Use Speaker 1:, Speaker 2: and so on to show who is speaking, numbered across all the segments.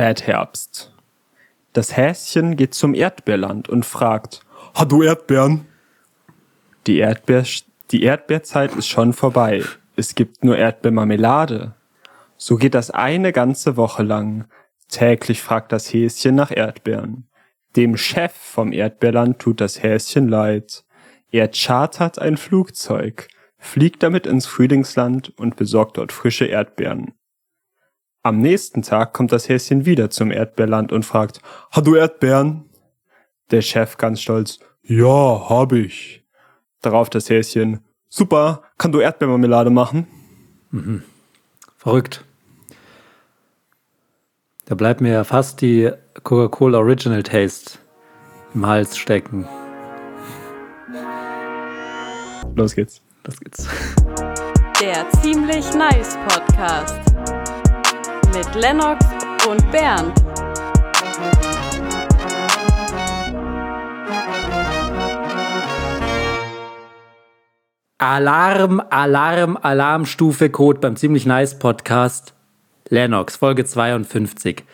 Speaker 1: Spätherbst. Das Häschen geht zum Erdbeerland und fragt: Hat du Erdbeeren? Die, Erdbeer, die Erdbeerzeit ist schon vorbei. Es gibt nur Erdbeermarmelade. So geht das eine ganze Woche lang. Täglich fragt das Häschen nach Erdbeeren. Dem Chef vom Erdbeerland tut das Häschen leid. Er chartert ein Flugzeug, fliegt damit ins Frühlingsland und besorgt dort frische Erdbeeren. Am nächsten Tag kommt das Häschen wieder zum Erdbeerland und fragt, Hat du Erdbeeren? Der Chef ganz stolz, Ja, hab ich. Darauf das Häschen, Super, kann du Erdbeermarmelade machen?
Speaker 2: Mhm. Verrückt. Da bleibt mir ja fast die Coca-Cola Original Taste im Hals stecken.
Speaker 1: Los geht's.
Speaker 2: Los geht's.
Speaker 3: Der Ziemlich Nice Podcast mit Lennox und Bernd.
Speaker 2: Alarm, Alarm, Alarmstufe Code beim Ziemlich Nice Podcast. Lennox, Folge 52.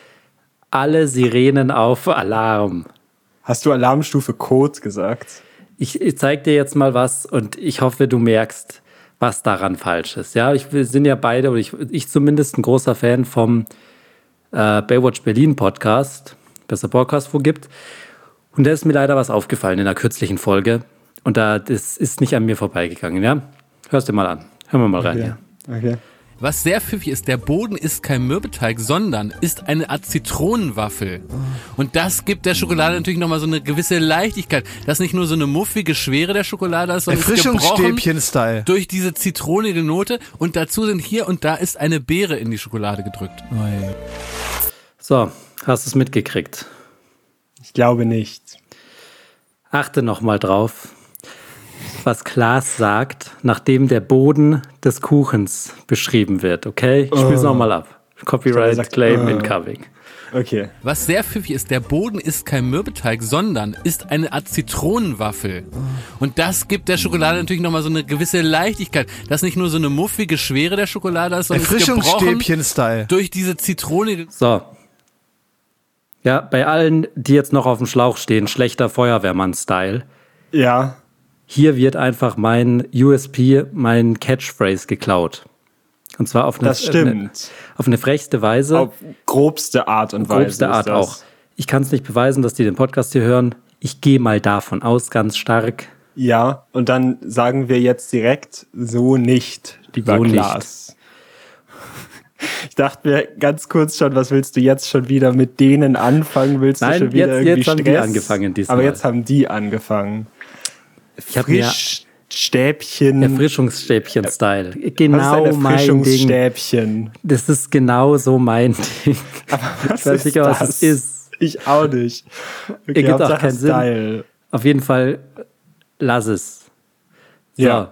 Speaker 2: Alle Sirenen auf Alarm.
Speaker 1: Hast du Alarmstufe Code gesagt?
Speaker 2: Ich, ich zeig dir jetzt mal was und ich hoffe, du merkst, was daran falsch ist. Ja, ich, wir sind ja beide, oder ich, ich zumindest ein großer Fan vom äh, Baywatch Berlin Podcast, besser Podcast, wo gibt. Und da ist mir leider was aufgefallen in der kürzlichen Folge. Und da, das ist nicht an mir vorbeigegangen, ja? Hörst du mal an. Hören wir mal rein.
Speaker 1: Ja.
Speaker 2: hier.
Speaker 1: Okay.
Speaker 4: Was sehr pfiffig ist, der Boden ist kein Mürbeteig, sondern ist eine Art Zitronenwaffel. Und das gibt der Schokolade natürlich nochmal so eine gewisse Leichtigkeit, dass nicht nur so eine muffige Schwere der Schokolade ist, sondern es ist gebrochen
Speaker 5: Erfrischungsstäbchen-Style.
Speaker 4: durch diese zitronige Note und dazu sind hier und da ist eine Beere in die Schokolade gedrückt.
Speaker 2: So, hast du es mitgekriegt?
Speaker 1: Ich glaube nicht.
Speaker 2: Achte nochmal drauf, was Klaas sagt, nachdem der Boden des Kuchens beschrieben wird, okay? Ich
Speaker 1: Ah.
Speaker 2: spiel's nochmal ab. Copyright
Speaker 1: sagt,
Speaker 2: Claim
Speaker 1: äh.
Speaker 2: incoming.
Speaker 1: Okay.
Speaker 4: Was sehr pfiffig ist, der Boden ist kein Mürbeteig, sondern ist eine Art Zitronenwaffel. Und das gibt der Schokolade natürlich nochmal so eine gewisse Leichtigkeit, dass nicht nur so eine muffige Schwere der Schokolade ist, sondern es ist gebrochen
Speaker 5: Erfrischungsstäbchen-Style.
Speaker 4: durch diese zitronige
Speaker 2: So. Ja, bei allen, die jetzt noch auf dem Schlauch stehen, schlechter Feuerwehrmann-Style.
Speaker 1: Ja.
Speaker 2: Hier wird einfach mein USP, mein Catchphrase geklaut. Und zwar auf eine,
Speaker 1: Das stimmt.
Speaker 2: Auf eine frechste Weise.
Speaker 1: Auf grobste Art und Weise.
Speaker 2: grobste
Speaker 1: ist
Speaker 2: Art
Speaker 1: das.
Speaker 2: auch. Ich kann es nicht beweisen, dass die den Podcast hier hören. Ich gehe mal davon aus, ganz stark.
Speaker 1: Ja, und dann sagen wir jetzt direkt, so nicht, lieber
Speaker 2: So
Speaker 1: so
Speaker 2: nicht.
Speaker 1: Klaas. Ich dachte mir ganz kurz schon, was willst du jetzt schon wieder mit denen anfangen? Willst
Speaker 2: Nein,
Speaker 1: du schon wieder
Speaker 2: jetzt-
Speaker 1: irgendwie
Speaker 2: jetzt haben die
Speaker 1: Stress?
Speaker 2: angefangen diesmal.
Speaker 1: Aber jetzt haben die angefangen.
Speaker 2: Ich habe mir
Speaker 1: Frischstäbchen. Äh,
Speaker 2: Erfrischungsstäbchen-Style.
Speaker 1: was ist ein
Speaker 2: Genau mein Ding.
Speaker 1: Erfrischungsstäbchen?
Speaker 2: Das ist genau so mein Ding.
Speaker 1: Was
Speaker 2: ich weiß nicht, was
Speaker 1: das?
Speaker 2: es ist.
Speaker 1: Ich auch nicht. Okay,
Speaker 2: Ergibt auch
Speaker 1: Hauptsache
Speaker 2: keinen Sinn.
Speaker 1: Style.
Speaker 2: Auf jeden Fall, äh, lass es. So,
Speaker 1: Ja.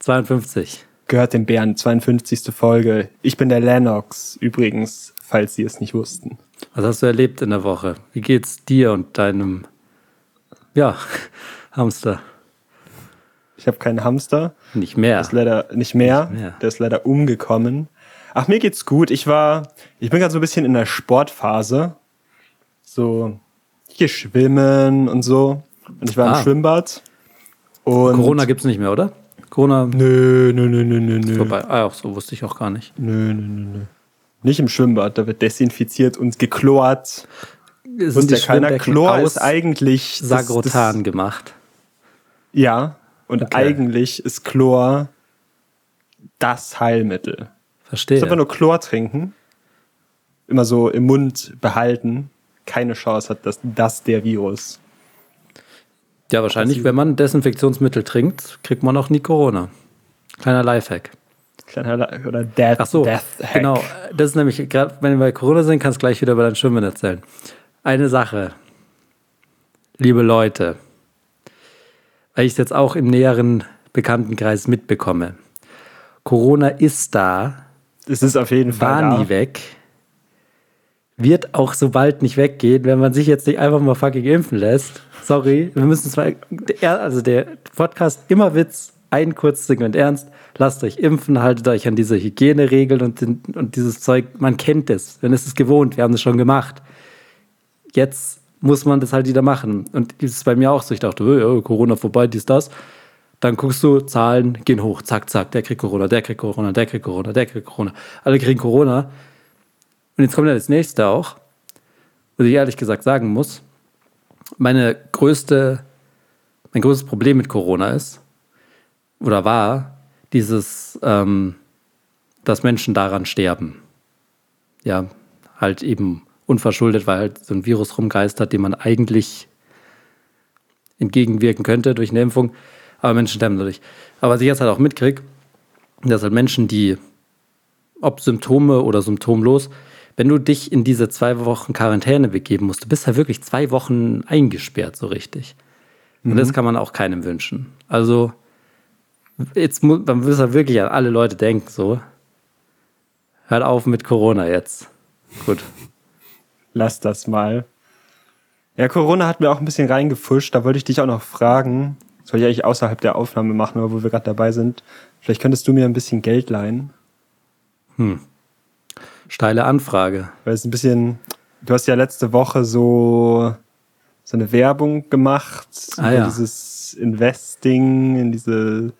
Speaker 2: 52.
Speaker 1: Gehört dem Bären, 52. Folge. Ich bin der Lennox, übrigens, falls Sie es nicht wussten.
Speaker 2: Was hast du erlebt in der Woche? Wie geht's dir und deinem, ja, Hamster?
Speaker 1: Ich habe keinen Hamster,
Speaker 2: Nicht mehr.
Speaker 1: ist leider nicht mehr.
Speaker 2: Nicht mehr.
Speaker 1: Der ist leider umgekommen. Ach, mir geht's gut. Ich war, ich bin gerade so ein bisschen in der Sportphase. So, ich geh schwimmen und so. Und ich war
Speaker 2: Ah.
Speaker 1: im Schwimmbad. Und
Speaker 2: Corona gibt's nicht mehr, oder? Corona
Speaker 1: Nö, nö, nö, nö, nö, nö.
Speaker 2: vorbei. Ah, auch so wusste ich auch gar nicht.
Speaker 1: Nö, nö, nö, nö. Nicht im Schwimmbad, da wird desinfiziert und geklort.
Speaker 2: Sind
Speaker 1: Wusste
Speaker 2: die
Speaker 1: ja keiner,
Speaker 2: Schwimmbecken
Speaker 1: Chlor
Speaker 2: aus
Speaker 1: ist eigentlich das-
Speaker 2: Sagrotan
Speaker 1: Das,
Speaker 2: gemacht.
Speaker 1: ja, und
Speaker 2: Okay.
Speaker 1: eigentlich ist Chlor das Heilmittel.
Speaker 2: Verstehe.
Speaker 1: Ich einfach nur Chlor trinken, immer so im Mund behalten. Keine Chance hat das, das der Virus.
Speaker 2: Ja,
Speaker 1: Also-
Speaker 2: wahrscheinlich, wenn man Desinfektionsmittel trinkt, kriegt man auch nie Corona. Kleiner Lifehack.
Speaker 1: Kleiner Le- oder Death,
Speaker 2: Ach so,
Speaker 1: Death Hack.
Speaker 2: genau. Das ist nämlich, gerade wenn wir bei Corona sind, kannst du gleich wieder über dein Schwimmen erzählen. Eine Sache, liebe Leute, weil ich es jetzt auch im näheren Bekanntenkreis mitbekomme. Corona ist da,
Speaker 1: Es ist auf jeden Fall.
Speaker 2: war
Speaker 1: da.
Speaker 2: nie weg, wird auch so bald nicht weggehen, wenn man sich jetzt nicht einfach mal fucking impfen lässt. Sorry, wir müssen zwar, der, also der Podcast immer Witz, ein kurzes Segment ernst. Lasst euch impfen, haltet euch an diese Hygieneregeln und, den- und dieses Zeug. Man kennt es, dann ist es gewohnt, wir haben es schon gemacht. Jetzt muss man das halt wieder machen. Und das ist bei mir auch so. Ich dachte, äh, äh, Corona vorbei, dies, das. Dann guckst du, Zahlen gehen hoch, zack, zack, der kriegt Corona, der kriegt Corona, der kriegt Corona, der kriegt Corona. Alle kriegen Corona. Und jetzt kommt ja das nächste auch, was ich ehrlich gesagt sagen muss. Meine größte, mein größtes Problem mit Corona ist, oder war, dieses, ähm, dass Menschen daran sterben. Ja, halt eben unverschuldet, weil halt so ein Virus rumgeistert, dem man eigentlich entgegenwirken könnte durch eine Impfung. Aber Menschen sterben dadurch. Aber was ich jetzt halt auch mitkriege, dass halt Menschen, die ob Symptome oder symptomlos, wenn du dich in diese zwei Wochen Quarantäne begeben musst, du bist ja wirklich zwei Wochen eingesperrt, so richtig. Und das kann man auch keinem wünschen. Also, jetzt muss, man muss ja wirklich an alle Leute denken, so. Hört auf mit Corona jetzt. Gut.
Speaker 1: Lass das mal. Ja, Corona hat mir auch ein bisschen reingefuscht. Da wollte ich dich auch noch fragen. Das wollte ich eigentlich außerhalb der Aufnahme machen, aber wo wir gerade dabei sind. Vielleicht könntest du mir ein bisschen Geld leihen.
Speaker 2: Steile Anfrage.
Speaker 1: Weil es ein bisschen. Du hast ja letzte Woche so, so eine Werbung gemacht.
Speaker 2: Ah,
Speaker 1: über
Speaker 2: ja.
Speaker 1: Dieses Investing in diese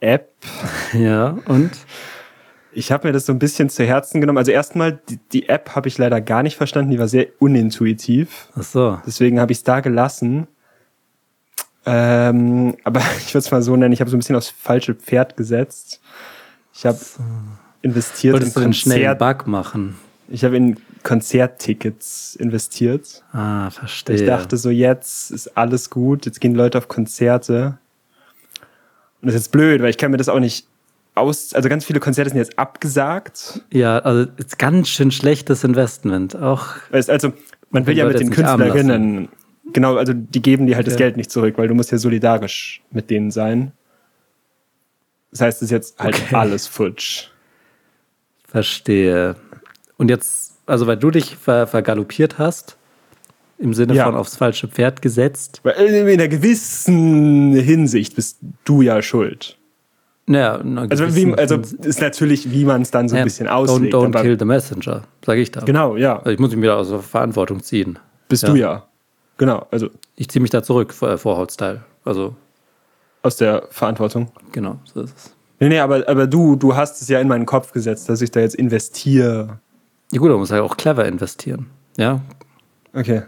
Speaker 1: App.
Speaker 2: Ja, und?
Speaker 1: Ich habe mir das so ein bisschen zu Herzen genommen. Also erstmal, die, die App habe ich leider gar nicht verstanden. Die war sehr unintuitiv.
Speaker 2: Ach so.
Speaker 1: Deswegen habe ich es da gelassen. Ähm, aber ich würde es mal so nennen, ich habe so ein bisschen aufs falsche Pferd gesetzt. Ich habe investiert in
Speaker 2: Wolltest du den schnellen
Speaker 1: Konzert,
Speaker 2: Bug machen?
Speaker 1: ich habe in Konzerttickets investiert.
Speaker 2: Ah, verstehe.
Speaker 1: Ich dachte so, jetzt ist alles gut, jetzt gehen Leute auf Konzerte. Und das ist jetzt blöd, weil ich kann mir das auch nicht aus, also ganz viele Konzerte sind jetzt abgesagt.
Speaker 2: Ja, also ist ganz schön schlechtes Investment. Auch
Speaker 1: Weißt, also man will
Speaker 2: die
Speaker 1: ja
Speaker 2: Leute
Speaker 1: mit den
Speaker 2: jetzt nicht arm lassen.
Speaker 1: Künstlerinnen, genau, also die geben dir halt das
Speaker 2: Okay.
Speaker 1: Geld nicht zurück, weil du musst ja solidarisch mit denen sein. Das heißt, es ist jetzt halt
Speaker 2: Okay.
Speaker 1: alles futsch.
Speaker 2: verstehe. Und jetzt, also weil du dich ver vergaloppiert hast, im Sinne
Speaker 1: Ja.
Speaker 2: von aufs falsche Pferd gesetzt.
Speaker 1: Weil in einer gewissen Hinsicht bist du ja schuld.
Speaker 2: Naja, na,
Speaker 1: Also, wie,
Speaker 2: gewissen-
Speaker 1: also ist natürlich, wie man es dann so ein
Speaker 2: Ja,
Speaker 1: bisschen auslegt.
Speaker 2: Don't, don't
Speaker 1: aber
Speaker 2: kill the messenger, sage ich da.
Speaker 1: genau, ja,
Speaker 2: Also ich muss mich wieder aus der Verantwortung ziehen.
Speaker 1: bist du ja. Genau, also
Speaker 2: Ich ziehe mich da zurück, vor, äh, Vorhaut-Style. Also,
Speaker 1: aus der Verantwortung.
Speaker 2: genau, so ist es.
Speaker 1: Nee, nee, aber, aber du, du hast es ja in meinen Kopf gesetzt, dass ich da jetzt investiere.
Speaker 2: Ja gut, man muss halt auch clever investieren. Ja,
Speaker 1: Okay.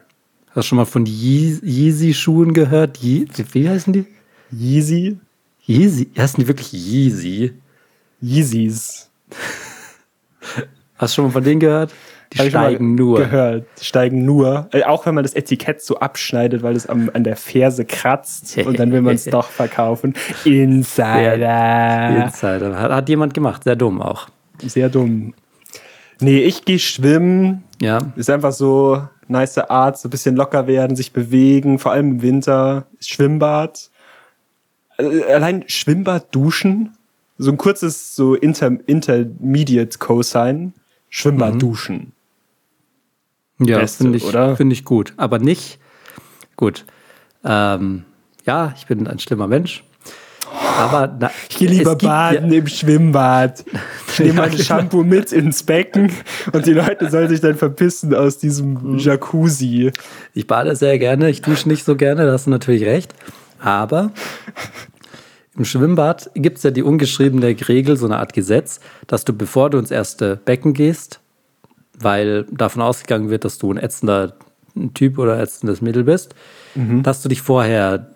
Speaker 2: hast du schon mal von Ye Yeezy-Schuhen gehört? Ye wie, wie heißen die?
Speaker 1: Yeezy?
Speaker 2: Yeezy? Heißen die wirklich Yeezy?
Speaker 1: Yeezys.
Speaker 2: Hast du schon mal von denen gehört? Die
Speaker 1: Hab ich schon mal
Speaker 2: steigen nur.
Speaker 1: Gehört. Die steigen nur. Äh, auch wenn man das Etikett so abschneidet, weil es am, an der Ferse kratzt und dann will man es doch verkaufen. Insider.
Speaker 2: Insider. Hat, hat jemand gemacht, sehr dumm auch.
Speaker 1: Sehr dumm. Nee, ich gehe schwimmen.
Speaker 2: Ja,
Speaker 1: Ist einfach so nice Art, so ein bisschen locker werden, sich bewegen, vor allem im Winter. Schwimmbad. Äh, Allein Schwimmbad duschen. So ein kurzes, so inter, Intermediate Cosine.
Speaker 2: Mhm.
Speaker 1: Schwimmbad duschen.
Speaker 2: ja
Speaker 1: Beste,
Speaker 2: finde ich,
Speaker 1: oder?
Speaker 2: find ich gut. Aber nicht, gut, ähm, ja, ich bin ein schlimmer Mensch. Aber na,
Speaker 1: Ich gehe lieber
Speaker 2: es gibt ja-
Speaker 1: baden im Schwimmbad. Ich nehme
Speaker 2: Ja,
Speaker 1: mein
Speaker 2: genau.
Speaker 1: Shampoo mit ins Becken und die Leute sollen sich dann verpissen aus
Speaker 2: Mhm.
Speaker 1: diesem Jacuzzi.
Speaker 2: Ich bade sehr gerne, ich dusche nicht so gerne, da hast du natürlich recht. Aber im Schwimmbad gibt es ja die ungeschriebene Regel, so eine Art Gesetz, dass du, bevor du ins erste Becken gehst, weil davon ausgegangen wird, dass du ein ätzender Typ oder ätzendes Mädel bist,
Speaker 1: Mhm.
Speaker 2: dass du dich vorher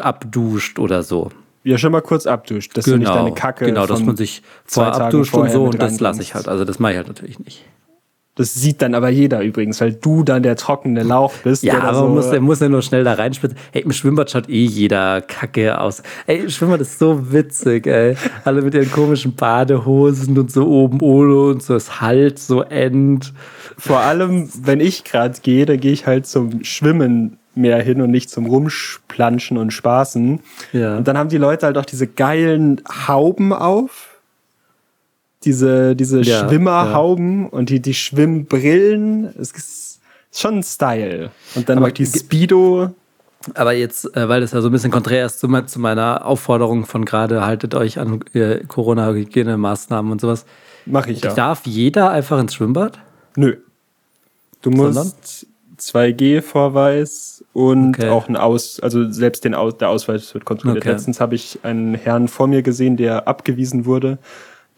Speaker 2: abduscht oder so.
Speaker 1: Ja, schon mal kurz abduscht, dass du nicht deine Kacke
Speaker 2: genau, dass
Speaker 1: von
Speaker 2: man sich
Speaker 1: zwei
Speaker 2: vorher
Speaker 1: Tagen
Speaker 2: abduscht und
Speaker 1: vorher
Speaker 2: so
Speaker 1: mit
Speaker 2: und das lasse ich
Speaker 1: reinbringst.
Speaker 2: halt. Also das mache ich halt natürlich nicht.
Speaker 1: Das sieht dann aber jeder übrigens, weil du dann der trockene Lauch bist.
Speaker 2: Ja,
Speaker 1: der da
Speaker 2: aber
Speaker 1: so, äh,
Speaker 2: man muss, er muss ja nur schnell da reinspitzen. Hey, im Schwimmbad schaut eh jeder Kacke aus. Ey, Schwimmbad ist so witzig, ey. Alle mit ihren komischen Badehosen und so oben ohne und so das Halt, so End.
Speaker 1: vor allem, wenn ich gerade gehe, dann gehe ich halt zum Schwimmen mehr hin und nicht zum Rumsplanschen und Spaßen.
Speaker 2: Ja.
Speaker 1: Und dann haben die Leute halt auch diese geilen Hauben auf. Diese, diese
Speaker 2: Ja,
Speaker 1: Schwimmerhauben und die, die Schwimmbrillen. Es ist ist schon ein Style. Und dann
Speaker 2: Aber
Speaker 1: noch die
Speaker 2: ge-
Speaker 1: Speedo.
Speaker 2: Aber jetzt, äh, weil das ja so ein bisschen konträr ist zu, me zu meiner Aufforderung von gerade, haltet euch an äh, Corona-Hygienemaßnahmen und sowas.
Speaker 1: Mach ich ja.
Speaker 2: Darf jeder einfach ins Schwimmbad?
Speaker 1: Nö. Du musst
Speaker 2: Sondern?
Speaker 1: 2G-Vorweis und
Speaker 2: Okay.
Speaker 1: auch ein Aus, also selbst den Aus, der Ausweis wird kontrolliert.
Speaker 2: Okay.
Speaker 1: Letztens habe ich einen Herrn vor mir gesehen, der abgewiesen wurde,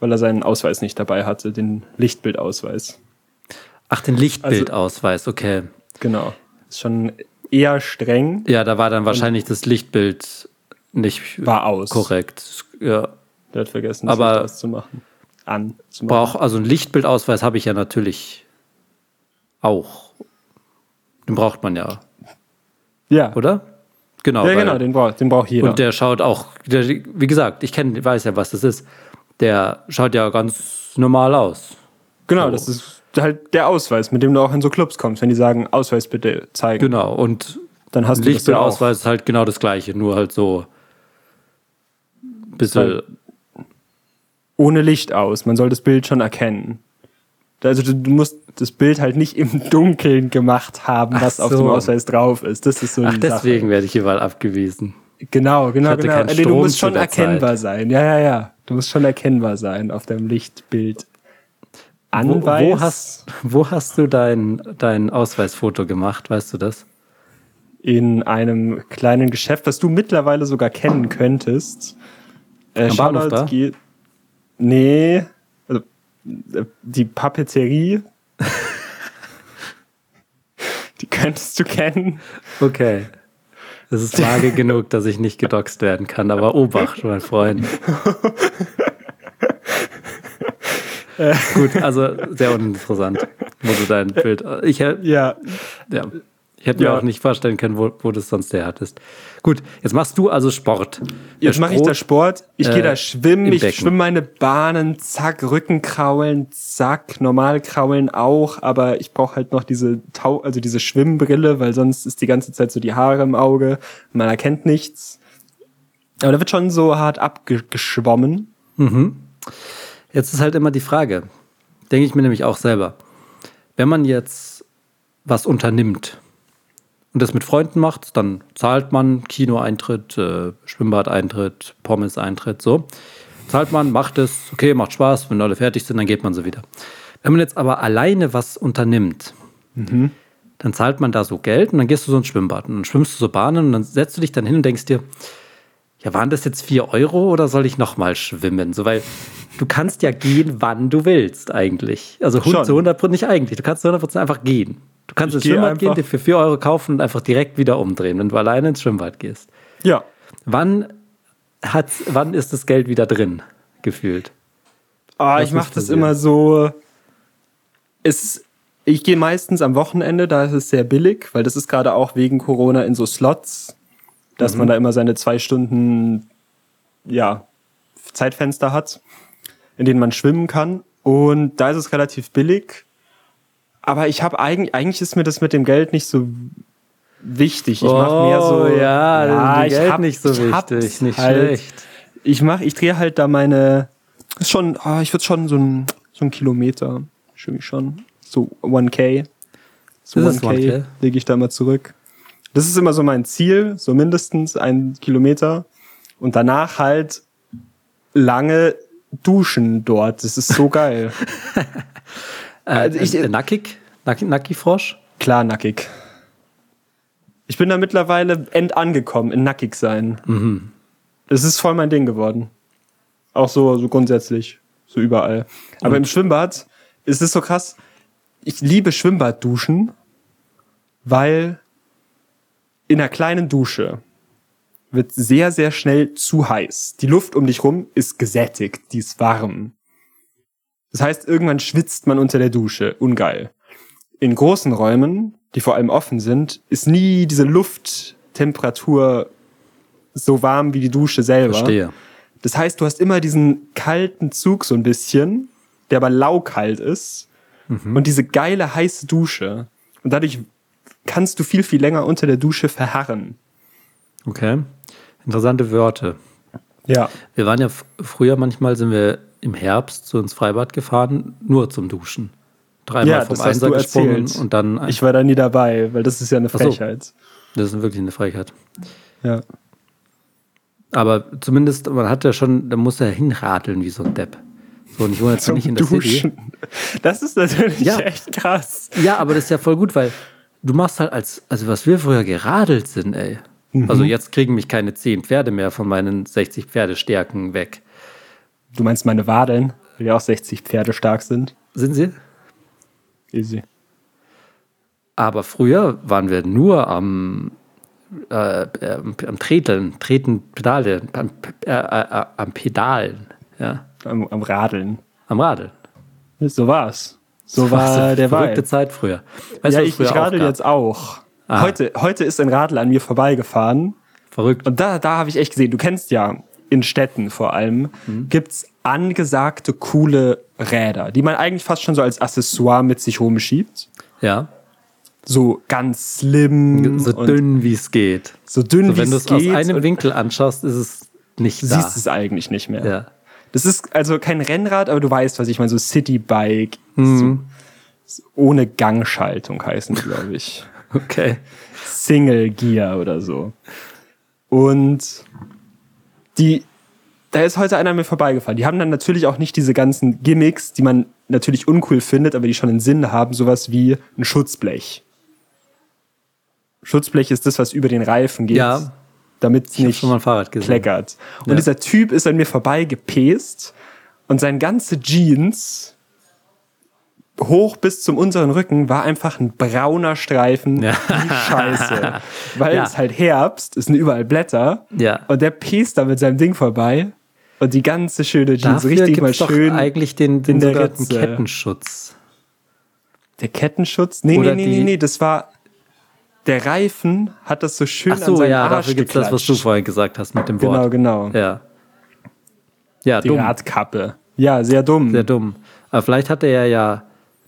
Speaker 1: weil er seinen Ausweis nicht dabei hatte, den Lichtbildausweis.
Speaker 2: Ach,
Speaker 1: Also
Speaker 2: den Lichtbildausweis, okay.
Speaker 1: Genau. Ist schon eher streng.
Speaker 2: Ja, da war dann wahrscheinlich das Lichtbild nicht
Speaker 1: War aus.
Speaker 2: korrekt. Ja.
Speaker 1: Der hat vergessen,
Speaker 2: Aber-
Speaker 1: das auszumachen. An. Zu machen.
Speaker 2: Brauch, also einen Lichtbildausweis habe ich ja natürlich auch. Den braucht man ja,
Speaker 1: Ja.
Speaker 2: oder? Genau.
Speaker 1: Ja,
Speaker 2: weil-
Speaker 1: genau, den braucht, den braucht jeder.
Speaker 2: Und der schaut auch, der, wie gesagt, ich kenne, weiß ja, was das ist. Der schaut ja ganz normal aus.
Speaker 1: genau, das ist halt der Ausweis, mit dem du auch in so Clubs kommst. Wenn die sagen, Ausweis bitte zeigen,
Speaker 2: Genau. Und
Speaker 1: dann hast du das ja auch.
Speaker 2: Lichtbildausweis ist halt genau das gleiche, nur halt so ein bisschen.
Speaker 1: ohne Licht aus. Man soll das Bild schon erkennen. Also du, du musst das Bild halt nicht im Dunkeln gemacht haben, was
Speaker 2: Ach
Speaker 1: auf dem
Speaker 2: so.
Speaker 1: Ausweis drauf ist. Das ist so
Speaker 2: Ach,
Speaker 1: die
Speaker 2: deswegen werde ich überall abgewiesen.
Speaker 1: Sache. Genau, genau,
Speaker 2: hatte
Speaker 1: genau.
Speaker 2: keinen
Speaker 1: Äh, du
Speaker 2: Strom
Speaker 1: musst
Speaker 2: zu
Speaker 1: schon
Speaker 2: der
Speaker 1: erkennbar sein. Ja, ja, ja. Du musst schon erkennbar sein auf deinem Lichtbild.
Speaker 2: Wo,
Speaker 1: Anweis.
Speaker 2: wo, hast, wo hast du dein, dein Ausweisfoto gemacht? Weißt du das?
Speaker 1: in einem kleinen Geschäft, was du mittlerweile sogar kennen könntest. Äh,
Speaker 2: Am Bahnhof
Speaker 1: Shoutout
Speaker 2: da?
Speaker 1: geht. Nee. Also, äh, die Papeterie. die könntest du kennen.
Speaker 2: Okay. Es ist vage genug, dass ich nicht gedoxt werden kann, aber Obacht, mein Freund. Gut, also sehr uninteressant, wo du dein Bild. Ich, hä-
Speaker 1: Ja.
Speaker 2: ja, ich hätte mir
Speaker 1: Ja.
Speaker 2: auch nicht vorstellen können, wo, wo du es sonst her hattest. Gut, jetzt machst du also Sport.
Speaker 1: Jetzt mache ich da Sport. Ich
Speaker 2: äh,
Speaker 1: gehe da schwimmen.
Speaker 2: im
Speaker 1: Ich
Speaker 2: Becken.
Speaker 1: schwimme meine Bahnen. Zack, Rücken kraulen. Zack, normal kraulen auch. Aber ich brauche halt noch diese Tau also diese Schwimmbrille, weil sonst ist die ganze Zeit so die Haare im Auge. Man erkennt nichts. Aber da wird schon so hart abgeschwommen.
Speaker 2: Jetzt ist halt immer die Frage, denke ich mir nämlich auch selber, wenn man jetzt was unternimmt und das mit Freunden macht, dann zahlt man Kinoeintritt, äh, Schwimmbadeintritt, Pommeseintritt, so. Zahlt man, macht es, okay, macht Spaß, wenn alle fertig sind, dann geht man so wieder. Wenn man jetzt aber alleine was unternimmt, dann zahlt man da so Geld und dann gehst du so ins Schwimmbad und dann schwimmst du so Bahnen und dann setzt du dich dann hin und denkst dir, ja, waren das jetzt 4 Euro oder soll ich nochmal schwimmen? So, weil du kannst ja gehen, wann du willst, eigentlich. Also hund-
Speaker 1: Schon.
Speaker 2: zu 100 nicht eigentlich. Du kannst zu 100 einfach gehen. Du kannst ins
Speaker 1: geh
Speaker 2: Schwimmbad gehen,
Speaker 1: einfach-
Speaker 2: dir für 4 Euro kaufen und einfach direkt wieder umdrehen, wenn du alleine ins Schwimmbad gehst.
Speaker 1: Ja.
Speaker 2: Wann, hat, wann ist das Geld wieder drin, gefühlt?
Speaker 1: Ah,
Speaker 2: Was
Speaker 1: ich mache
Speaker 2: muss
Speaker 1: das
Speaker 2: passieren?
Speaker 1: immer so. Es, ich gehe meistens am Wochenende, da ist es sehr billig, weil das ist gerade auch wegen Corona in so Slots, dass
Speaker 2: Mhm.
Speaker 1: man da immer seine zwei Stunden ja, Zeitfenster hat, in denen man schwimmen kann. Und da ist es relativ billig. Aber ich habe eigentlich, eigentlich ist mir das mit dem Geld nicht so wichtig. Ich mache mehr so.
Speaker 2: Oh, ja,
Speaker 1: ich
Speaker 2: Geld
Speaker 1: hab-
Speaker 2: nicht so
Speaker 1: ich hab's
Speaker 2: wichtig, nicht
Speaker 1: halt
Speaker 2: schlecht.
Speaker 1: ich mach, ich drehe halt da meine, ist schon, ah, ich würde schon so ein, so ein Kilometer, schwimm ich schon, so 1K. So
Speaker 2: Das ist 1K.
Speaker 1: lege ich da mal zurück. Das ist immer so mein Ziel, so mindestens ein Kilometer. Und danach halt lange duschen dort. Das ist so geil.
Speaker 2: Äh,
Speaker 1: Also ich-
Speaker 2: äh, nackig? Nack, Nacki-Frosch?
Speaker 1: Klar, nackig. Ich bin da mittlerweile end angekommen, in nackig sein.
Speaker 2: Mhm.
Speaker 1: Das ist voll mein Ding geworden. Auch so, so grundsätzlich, so überall. Aber im Schwimmbad ist es so krass. Ich liebe Schwimmbadduschen, weil in einer kleinen Dusche wird sehr, sehr schnell zu heiß. Die Luft um dich rum ist gesättigt, die ist warm. Das heißt, irgendwann schwitzt man unter der Dusche. Ungeil in großen Räumen, die vor allem offen sind, ist nie diese Lufttemperatur so warm wie die Dusche selber.
Speaker 2: Verstehe.
Speaker 1: Das heißt, du hast immer diesen kalten Zug so ein bisschen, der aber laukalt ist
Speaker 2: Mhm.
Speaker 1: und diese geile heiße Dusche. Und dadurch kannst du viel, viel länger unter der Dusche verharren.
Speaker 2: Okay. Interessante Wörter.
Speaker 1: Ja.
Speaker 2: Wir waren ja f- früher manchmal, sind wir im Herbst so ins Freibad gefahren, nur zum Duschen. Dreimal
Speaker 1: Ja,
Speaker 2: vom
Speaker 1: das hast
Speaker 2: Einser
Speaker 1: du
Speaker 2: gesprungen
Speaker 1: erzählt.
Speaker 2: und dann
Speaker 1: Ich war da nie dabei, weil das ist ja eine
Speaker 2: Ach so.
Speaker 1: Frechheit.
Speaker 2: Das ist wirklich eine Frechheit.
Speaker 1: Ja.
Speaker 2: Aber zumindest, man hat ja schon, da muss er hinradeln wie so ein Depp. So, und ich wohne jetzt
Speaker 1: Zum
Speaker 2: nicht in der City.
Speaker 1: Duschen. Das ist natürlich
Speaker 2: Ja.
Speaker 1: echt krass.
Speaker 2: Ja, aber das ist ja voll gut, weil du machst halt als, also was wir früher geradelt sind, ey.
Speaker 1: Mhm.
Speaker 2: Also jetzt kriegen mich keine 10 Pferde mehr von meinen 60 Pferdestärken weg.
Speaker 1: Du meinst meine Wadeln, die auch 60 Pferde stark sind?
Speaker 2: Sind sie?
Speaker 1: Easy.
Speaker 2: Aber früher waren wir nur am, äh, äh, am Treteln, Treten, Pedale, am, äh, äh, am Pedalen, ja,
Speaker 1: Am, am Radeln.
Speaker 2: am Radeln.
Speaker 1: So war's. So
Speaker 2: War so
Speaker 1: war der
Speaker 2: verrückte
Speaker 1: Vibe.
Speaker 2: Zeit früher. Weißt
Speaker 1: Ja,
Speaker 2: du, was
Speaker 1: ich,
Speaker 2: früher
Speaker 1: ich
Speaker 2: auch
Speaker 1: radel
Speaker 2: gab?
Speaker 1: jetzt auch. Heute, heute ist ein Radl an mir vorbeigefahren.
Speaker 2: Verrückt.
Speaker 1: Und da, da habe ich echt gesehen, du kennst ja in Städten vor allem,
Speaker 2: Mhm.
Speaker 1: gibt's angesagte coole Räder, die man eigentlich fast schon so als Accessoire mit sich rumschiebt.
Speaker 2: Ja.
Speaker 1: So ganz slim,
Speaker 2: So
Speaker 1: und
Speaker 2: dünn wie es geht.
Speaker 1: so dünn
Speaker 2: So,
Speaker 1: wie
Speaker 2: wenn du
Speaker 1: es
Speaker 2: es aus
Speaker 1: geht.
Speaker 2: einem
Speaker 1: und
Speaker 2: Winkel anschaust, ist es nicht
Speaker 1: du
Speaker 2: da.
Speaker 1: siehst es eigentlich nicht mehr.
Speaker 2: Ja.
Speaker 1: Das ist also kein Rennrad, aber du weißt, was ich meine, so Citybike,
Speaker 2: Mhm.
Speaker 1: so, so ohne Gangschaltung heißen, glaube ich.
Speaker 2: Okay.
Speaker 1: Single Gear oder so. Und die, da ist heute einer an mir vorbeigefahren. Die haben dann natürlich auch nicht diese ganzen Gimmicks, die man natürlich uncool findet, aber die schon einen Sinn haben, sowas wie ein Schutzblech. Schutzblech ist das, was über den Reifen geht,
Speaker 2: Ja.
Speaker 1: damit es
Speaker 2: Ich habe
Speaker 1: nicht
Speaker 2: schon mal ein Fahrrad gesehen.
Speaker 1: kleckert. Und
Speaker 2: Ja.
Speaker 1: dieser Typ ist an mir vorbeigepäst und sein ganze Jeans hoch bis zum unteren Rücken war einfach ein brauner Streifen.
Speaker 2: Ja.
Speaker 1: Wie scheiße. Weil
Speaker 2: Ja.
Speaker 1: es halt Herbst, es sind überall Blätter.
Speaker 2: Ja.
Speaker 1: Und der päst da mit seinem Ding vorbei. Und die ganze schöne Jeans
Speaker 2: Dafür
Speaker 1: richtig mal
Speaker 2: gibt's doch
Speaker 1: schön.
Speaker 2: eigentlich den, den
Speaker 1: in der
Speaker 2: sogenannten
Speaker 1: Ritze.
Speaker 2: Kettenschutz.
Speaker 1: Der Kettenschutz? Nee, nee,
Speaker 2: Oder
Speaker 1: nee,
Speaker 2: die-
Speaker 1: nee, nee, das war. Der Reifen hat das so schön
Speaker 2: Ach
Speaker 1: an
Speaker 2: so,
Speaker 1: seinen
Speaker 2: ja,
Speaker 1: Arsch
Speaker 2: dafür gibt es das, was du
Speaker 1: geklatscht.
Speaker 2: vorhin gesagt hast mit dem
Speaker 1: Genau,
Speaker 2: Wort.
Speaker 1: genau.
Speaker 2: Ja. Ja,
Speaker 1: Die
Speaker 2: dumm.
Speaker 1: Radkappe. Ja, sehr dumm.
Speaker 2: Sehr dumm. Aber vielleicht hatte er ja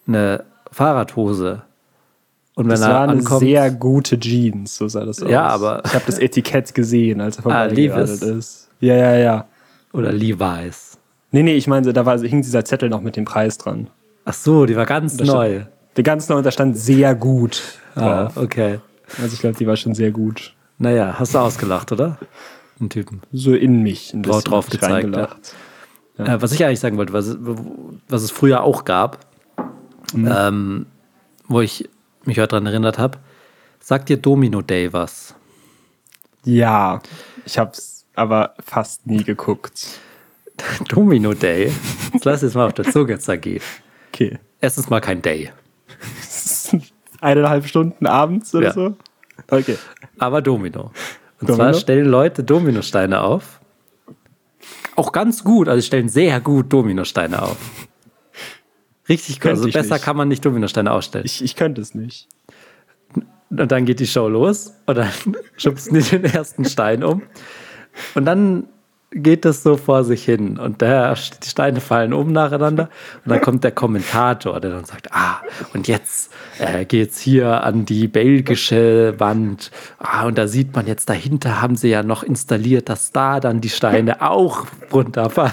Speaker 2: eine Fahrradhose. Und wenn
Speaker 1: das
Speaker 2: er
Speaker 1: war eine
Speaker 2: ankommt,
Speaker 1: sehr gute Jeans, so sah das aus.
Speaker 2: Ja, aber- Ah,
Speaker 1: Ich habe das Etikett gesehen, als er
Speaker 2: Levi's.
Speaker 1: vorbeigeradelt ist. Ja, ja, ja.
Speaker 2: oder Levi's.
Speaker 1: Nee, nee, ich meine, da war, hing dieser Zettel noch mit dem Preis dran.
Speaker 2: Ach so, die war ganz neu.
Speaker 1: Der ganz neue, da stand sehr gut
Speaker 2: Ah,
Speaker 1: drauf.
Speaker 2: okay.
Speaker 1: Also ich glaube, die war schon sehr gut.
Speaker 2: Naja, hast du ausgelacht, oder? Den Typen.
Speaker 1: So in mich. Ein
Speaker 2: Drauf-
Speaker 1: bisschen
Speaker 2: drauf gezeigt,
Speaker 1: reingelacht.
Speaker 2: Äh, was ich eigentlich sagen wollte, was, es- was es früher auch gab,
Speaker 1: Mhm.
Speaker 2: ähm, wo ich mich heute dran erinnert habe, sagt dir Domino Day was?
Speaker 1: Ja, ich habe es aber fast nie geguckt.
Speaker 2: Domino Day? Jetzt lass jetzt mal auf der Zunge zergehen.
Speaker 1: Okay.
Speaker 2: Erstens mal kein Day,
Speaker 1: Eineinhalb Stunden abends oder
Speaker 2: Ja.
Speaker 1: so? Okay.
Speaker 2: aber Domino. Und
Speaker 1: Domino?
Speaker 2: zwar stellen Leute Dominosteine auf. Auch ganz gut, also sie stellen sehr gut Dominosteine auf. Richtig gut,
Speaker 1: Könnte
Speaker 2: also
Speaker 1: ich
Speaker 2: besser
Speaker 1: nicht.
Speaker 2: kann man nicht Dominosteine aufstellen.
Speaker 1: Ich, ich könnte es nicht.
Speaker 2: Und dann geht die Show los und dann schubsen die den ersten Stein um. Und dann geht das so vor sich hin. Und der, die Steine fallen um nacheinander. Und dann kommt der Kommentator, der dann sagt, ah, und jetzt äh, geht's hier an die belgische Wand. Ah, und da sieht man jetzt, dahinter haben sie ja noch installiert, dass da dann die Steine auch runterfallen.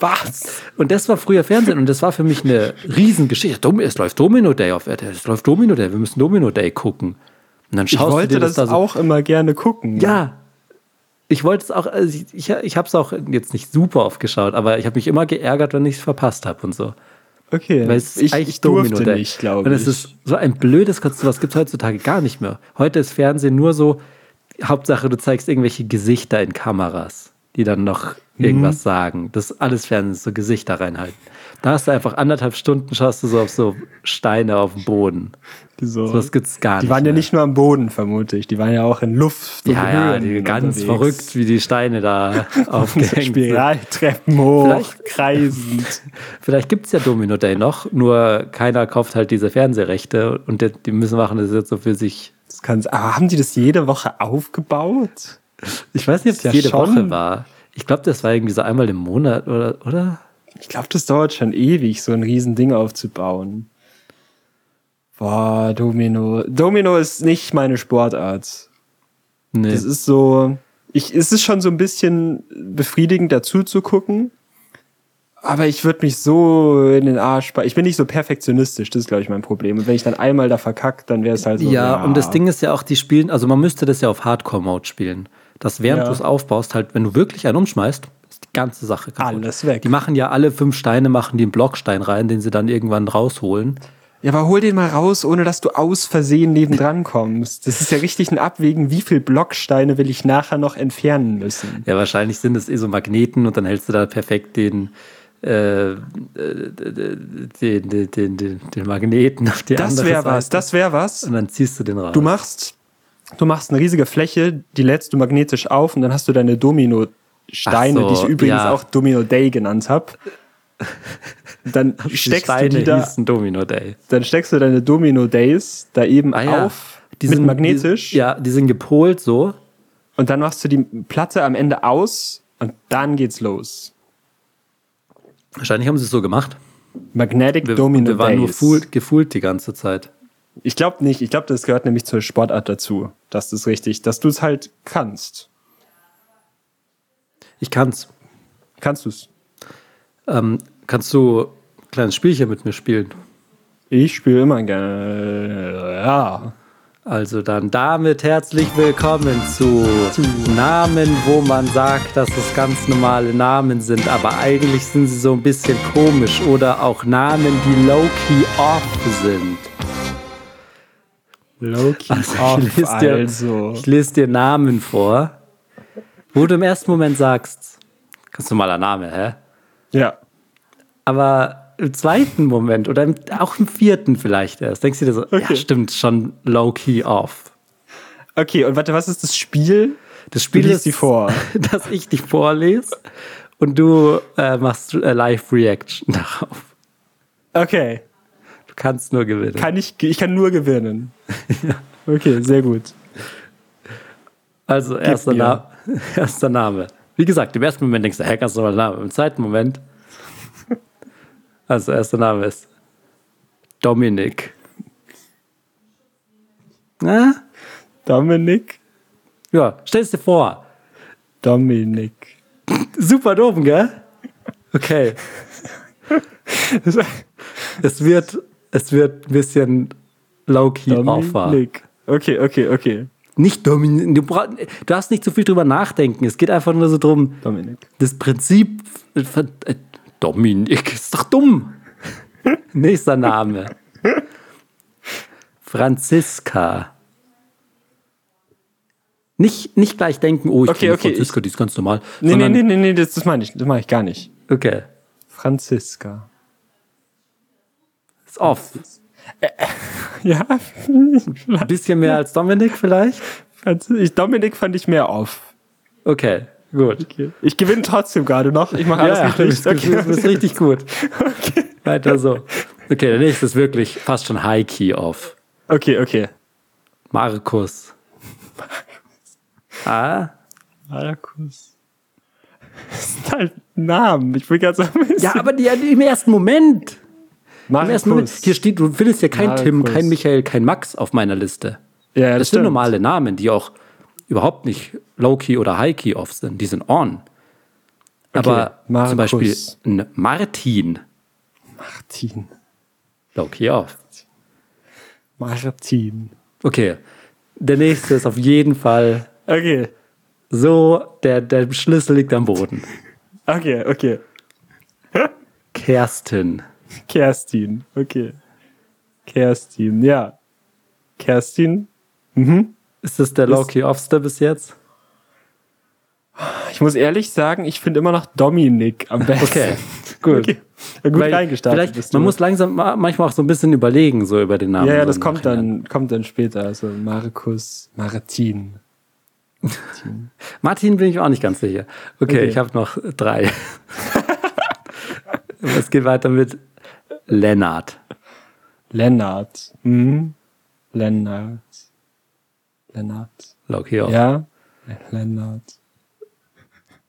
Speaker 1: Was?
Speaker 2: Und das war früher Fernsehen und das war für mich eine Riesengeschichte. Dom- Es läuft Domino Day auf RTL, es läuft Domino Day, wir müssen Domino Day gucken. Und dann
Speaker 1: Ich
Speaker 2: schaust du
Speaker 1: wollte
Speaker 2: dir das,
Speaker 1: das,
Speaker 2: da so.
Speaker 1: auch immer gerne gucken.
Speaker 2: Ja. Ich wollte es auch, also ich, ich, ich habe es auch jetzt nicht super oft geschaut, aber ich habe mich immer geärgert, wenn ich es verpasst habe und so.
Speaker 1: Okay.
Speaker 2: Weil es ist
Speaker 1: ich,
Speaker 2: eigentlich
Speaker 1: ich
Speaker 2: Domino
Speaker 1: durfte
Speaker 2: Day.
Speaker 1: nicht, glaube ich.
Speaker 2: Und es ist so ein blödes Konzept, was gibt es heutzutage gar nicht mehr. Heute ist Fernsehen nur so, Hauptsache du zeigst irgendwelche Gesichter in Kameras, die dann noch
Speaker 1: Mhm.
Speaker 2: irgendwas sagen. Das ist alles Fernsehen, so Gesichter reinhalten. Da hast du einfach anderthalb Stunden, schaust du so auf so Steine auf dem Boden.
Speaker 1: so.
Speaker 2: Sowas gibt's gar
Speaker 1: Die
Speaker 2: nicht
Speaker 1: waren ja
Speaker 2: mehr.
Speaker 1: nicht nur am Boden, vermute ich. Die waren ja auch in Luft. und
Speaker 2: Ja, ja,
Speaker 1: Höhen
Speaker 2: die ganz
Speaker 1: unterwegs.
Speaker 2: verrückt, wie die Steine da aufgehängt sind.
Speaker 1: Spiraltreppen hoch,
Speaker 2: Vielleicht-
Speaker 1: kreisend.
Speaker 2: Vielleicht gibt es ja Domino Day noch, nur keiner kauft halt diese Fernsehrechte und die, die müssen machen das jetzt so für sich.
Speaker 1: Das kann's, aber haben die das jede Woche aufgebaut?
Speaker 2: Ich weiß nicht, ob es
Speaker 1: Ja,
Speaker 2: jede
Speaker 1: schon.
Speaker 2: Woche war. Ich glaube, das war irgendwie so einmal im Monat oder? oder?
Speaker 1: Ich glaube, das dauert schon ewig, so ein riesen Ding aufzubauen. Boah, Domino. Domino ist nicht meine Sportart.
Speaker 2: Nee.
Speaker 1: Das ist so. Ich, es ist schon so ein bisschen befriedigend dazu zu gucken. Aber ich würde mich so in den Arsch. bei- Ich bin nicht so perfektionistisch, das ist, glaube ich, mein Problem. Und wenn ich dann einmal da verkackt, dann wäre es halt so.
Speaker 2: ja, und das Ding ist ja auch, die spielen, also man müsste das ja auf Hardcore-Mode spielen. Dass während
Speaker 1: Ja.
Speaker 2: du es aufbaust, halt, wenn du wirklich einen umschmeißt, ist die ganze Sache kaputt.
Speaker 1: Alles weg.
Speaker 2: Die machen ja alle fünf Steine, machen die einen Blockstein rein, den sie dann irgendwann rausholen.
Speaker 1: Ja, aber hol den mal raus, ohne dass du aus Versehen nebendran kommst. Das ist ja richtig ein Abwägen, wie viel Blocksteine will ich nachher noch entfernen müssen.
Speaker 2: Ja, wahrscheinlich sind es eh so Magneten und dann hältst du da perfekt den, äh, äh, den, den, den, den, den Magneten auf die
Speaker 1: Das
Speaker 2: andere
Speaker 1: wäre
Speaker 2: Seite.
Speaker 1: was, das wäre was.
Speaker 2: Und dann ziehst du den raus.
Speaker 1: Du machst, du machst eine riesige Fläche, die lädst du magnetisch auf und dann hast du deine Domino-Steine,
Speaker 2: Ach so,
Speaker 1: die ich übrigens
Speaker 2: ja.
Speaker 1: auch Domino Day genannt habe. Dann
Speaker 2: die
Speaker 1: steckst du
Speaker 2: Steine
Speaker 1: die da,
Speaker 2: hießen Domino Day.
Speaker 1: dann steckst du deine Domino Days da eben
Speaker 2: Ah ja.
Speaker 1: auf, mit magnetisch.
Speaker 2: Die, ja, die sind gepolt so.
Speaker 1: Und dann machst du die Platte am Ende aus und dann geht's los.
Speaker 2: Wahrscheinlich haben sie es so gemacht.
Speaker 1: Magnetic
Speaker 2: Wir,
Speaker 1: Domino
Speaker 2: wir waren
Speaker 1: Days.
Speaker 2: nur fool, gefühlt die ganze Zeit.
Speaker 1: Ich glaube nicht. Ich glaube, das gehört nämlich zur Sportart dazu. Das ist richtig, dass du es halt kannst.
Speaker 2: Ich kann's.
Speaker 1: Kannst du's?
Speaker 2: Ähm, kannst du ein kleines Spielchen mit mir spielen?
Speaker 1: Ich spiele immer gerne. Ja.
Speaker 2: Also dann damit herzlich willkommen zu Namen, wo man sagt, dass es ganz normale Namen sind, aber eigentlich sind sie so ein bisschen komisch oder auch Namen, die low-key off sind.
Speaker 1: Loki
Speaker 2: Also ich, lese dir,
Speaker 1: also.
Speaker 2: ich lese dir Namen vor, wo du im ersten Moment sagst, ganz normaler Name, hä?
Speaker 1: Ja.
Speaker 2: Aber im zweiten Moment oder im, auch im vierten vielleicht erst, denkst du dir so, ja
Speaker 1: Okay.
Speaker 2: stimmt, schon low-key off.
Speaker 1: Okay, und warte, was ist das Spiel?
Speaker 2: Das Spiel
Speaker 1: Du liest
Speaker 2: ist,
Speaker 1: sie vor.
Speaker 2: dass ich die vorlese und du äh, machst äh, Live-Reaction darauf.
Speaker 1: Okay.
Speaker 2: Du kannst nur gewinnen.
Speaker 1: Kann ich, ich kann nur gewinnen. Okay, sehr gut.
Speaker 2: also erster,
Speaker 1: mir.
Speaker 2: Na erster Name. Wie gesagt, im ersten Moment denkst du, hä, ganz normaler Name. Im zweiten Moment, also erster Name ist Dominik. Na?
Speaker 1: Dominik.
Speaker 2: Ja, stell es dir vor.
Speaker 1: Dominik.
Speaker 2: Super dumm, gell? Okay. es wird, es wird ein bisschen low-key aufwahr.
Speaker 1: Dominik. Okay, okay, okay.
Speaker 2: Nicht Dominik. Du, brauch- du darfst nicht zu viel drüber nachdenken. Es geht einfach nur so drum,
Speaker 1: Dominik.
Speaker 2: das Prinzip. von- äh, Dominik ist doch dumm. Nächster Name. Franziska. Nicht, nicht gleich denken, oh, ich
Speaker 1: Okay,
Speaker 2: kenne
Speaker 1: okay,
Speaker 2: Franziska, die ist ganz normal.
Speaker 1: Nee, nee,
Speaker 2: sondern-
Speaker 1: nee, nee, nee, das, das meine ich, das mache ich gar nicht.
Speaker 2: Okay,
Speaker 1: Franziska.
Speaker 2: ist off.
Speaker 1: Ja,
Speaker 2: Ein bisschen mehr als Dominik vielleicht?
Speaker 1: Franz- Also ich, Dominik fand ich mehr auf.
Speaker 2: Okay, gut.
Speaker 1: Ich gewinne trotzdem gerade noch. Ich mache alles
Speaker 2: ja, du
Speaker 1: richtig.
Speaker 2: bist, du bist richtig gut. Weiter so. Okay, der nächste ist wirklich fast schon High-Key auf.
Speaker 1: okay, okay.
Speaker 2: Markus. Ah,
Speaker 1: Markus. Das sind halt Namen. Ich will gerade sagen, es
Speaker 2: ja,
Speaker 1: sind
Speaker 2: aber die, die im ersten Moment. Im ersten Moment.
Speaker 1: Markus.
Speaker 2: Hier steht, du findest ja kein Tim,
Speaker 1: Markus.
Speaker 2: kein Michael, kein Max auf meiner Liste.
Speaker 1: ja,
Speaker 2: Das sind normale Namen, die auch überhaupt nicht low-key oder high-key off sind. Die sind on. Aber zum
Speaker 1: Markus.
Speaker 2: Beispiel ein Martin
Speaker 1: Martin.
Speaker 2: low-key off.
Speaker 1: Martin.
Speaker 2: Okay. Der nächste ist auf jeden Fall
Speaker 1: Okay,
Speaker 2: so, der, der Schlüssel liegt am Boden.
Speaker 1: okay, okay.
Speaker 2: Kerstin.
Speaker 1: Kerstin. Okay. Kerstin, ja. Kerstin.
Speaker 2: Ist das der Loki Offster bis jetzt?
Speaker 1: Ich muss ehrlich sagen, ich finde immer noch Dominik am besten.
Speaker 2: Okay, gut.
Speaker 1: Okay. Ja, gut
Speaker 2: Weil
Speaker 1: reingestartet
Speaker 2: vielleicht,
Speaker 1: bist du.
Speaker 2: Man muss langsam ma- manchmal auch so ein bisschen überlegen, so über den Namen.
Speaker 1: Ja, ja,
Speaker 2: so
Speaker 1: das
Speaker 2: im
Speaker 1: kommt
Speaker 2: Nachhinein.
Speaker 1: dann, kommt dann später. Also Markus Martin.
Speaker 2: Martin bin ich mir auch nicht ganz sicher. Okay,
Speaker 1: Okay.
Speaker 2: ich habe noch drei. Aber es geht weiter mit Lennart.
Speaker 1: Lennart. Mhm. Lennart. Lennart.
Speaker 2: Loki Off.
Speaker 1: Ja? Lennart.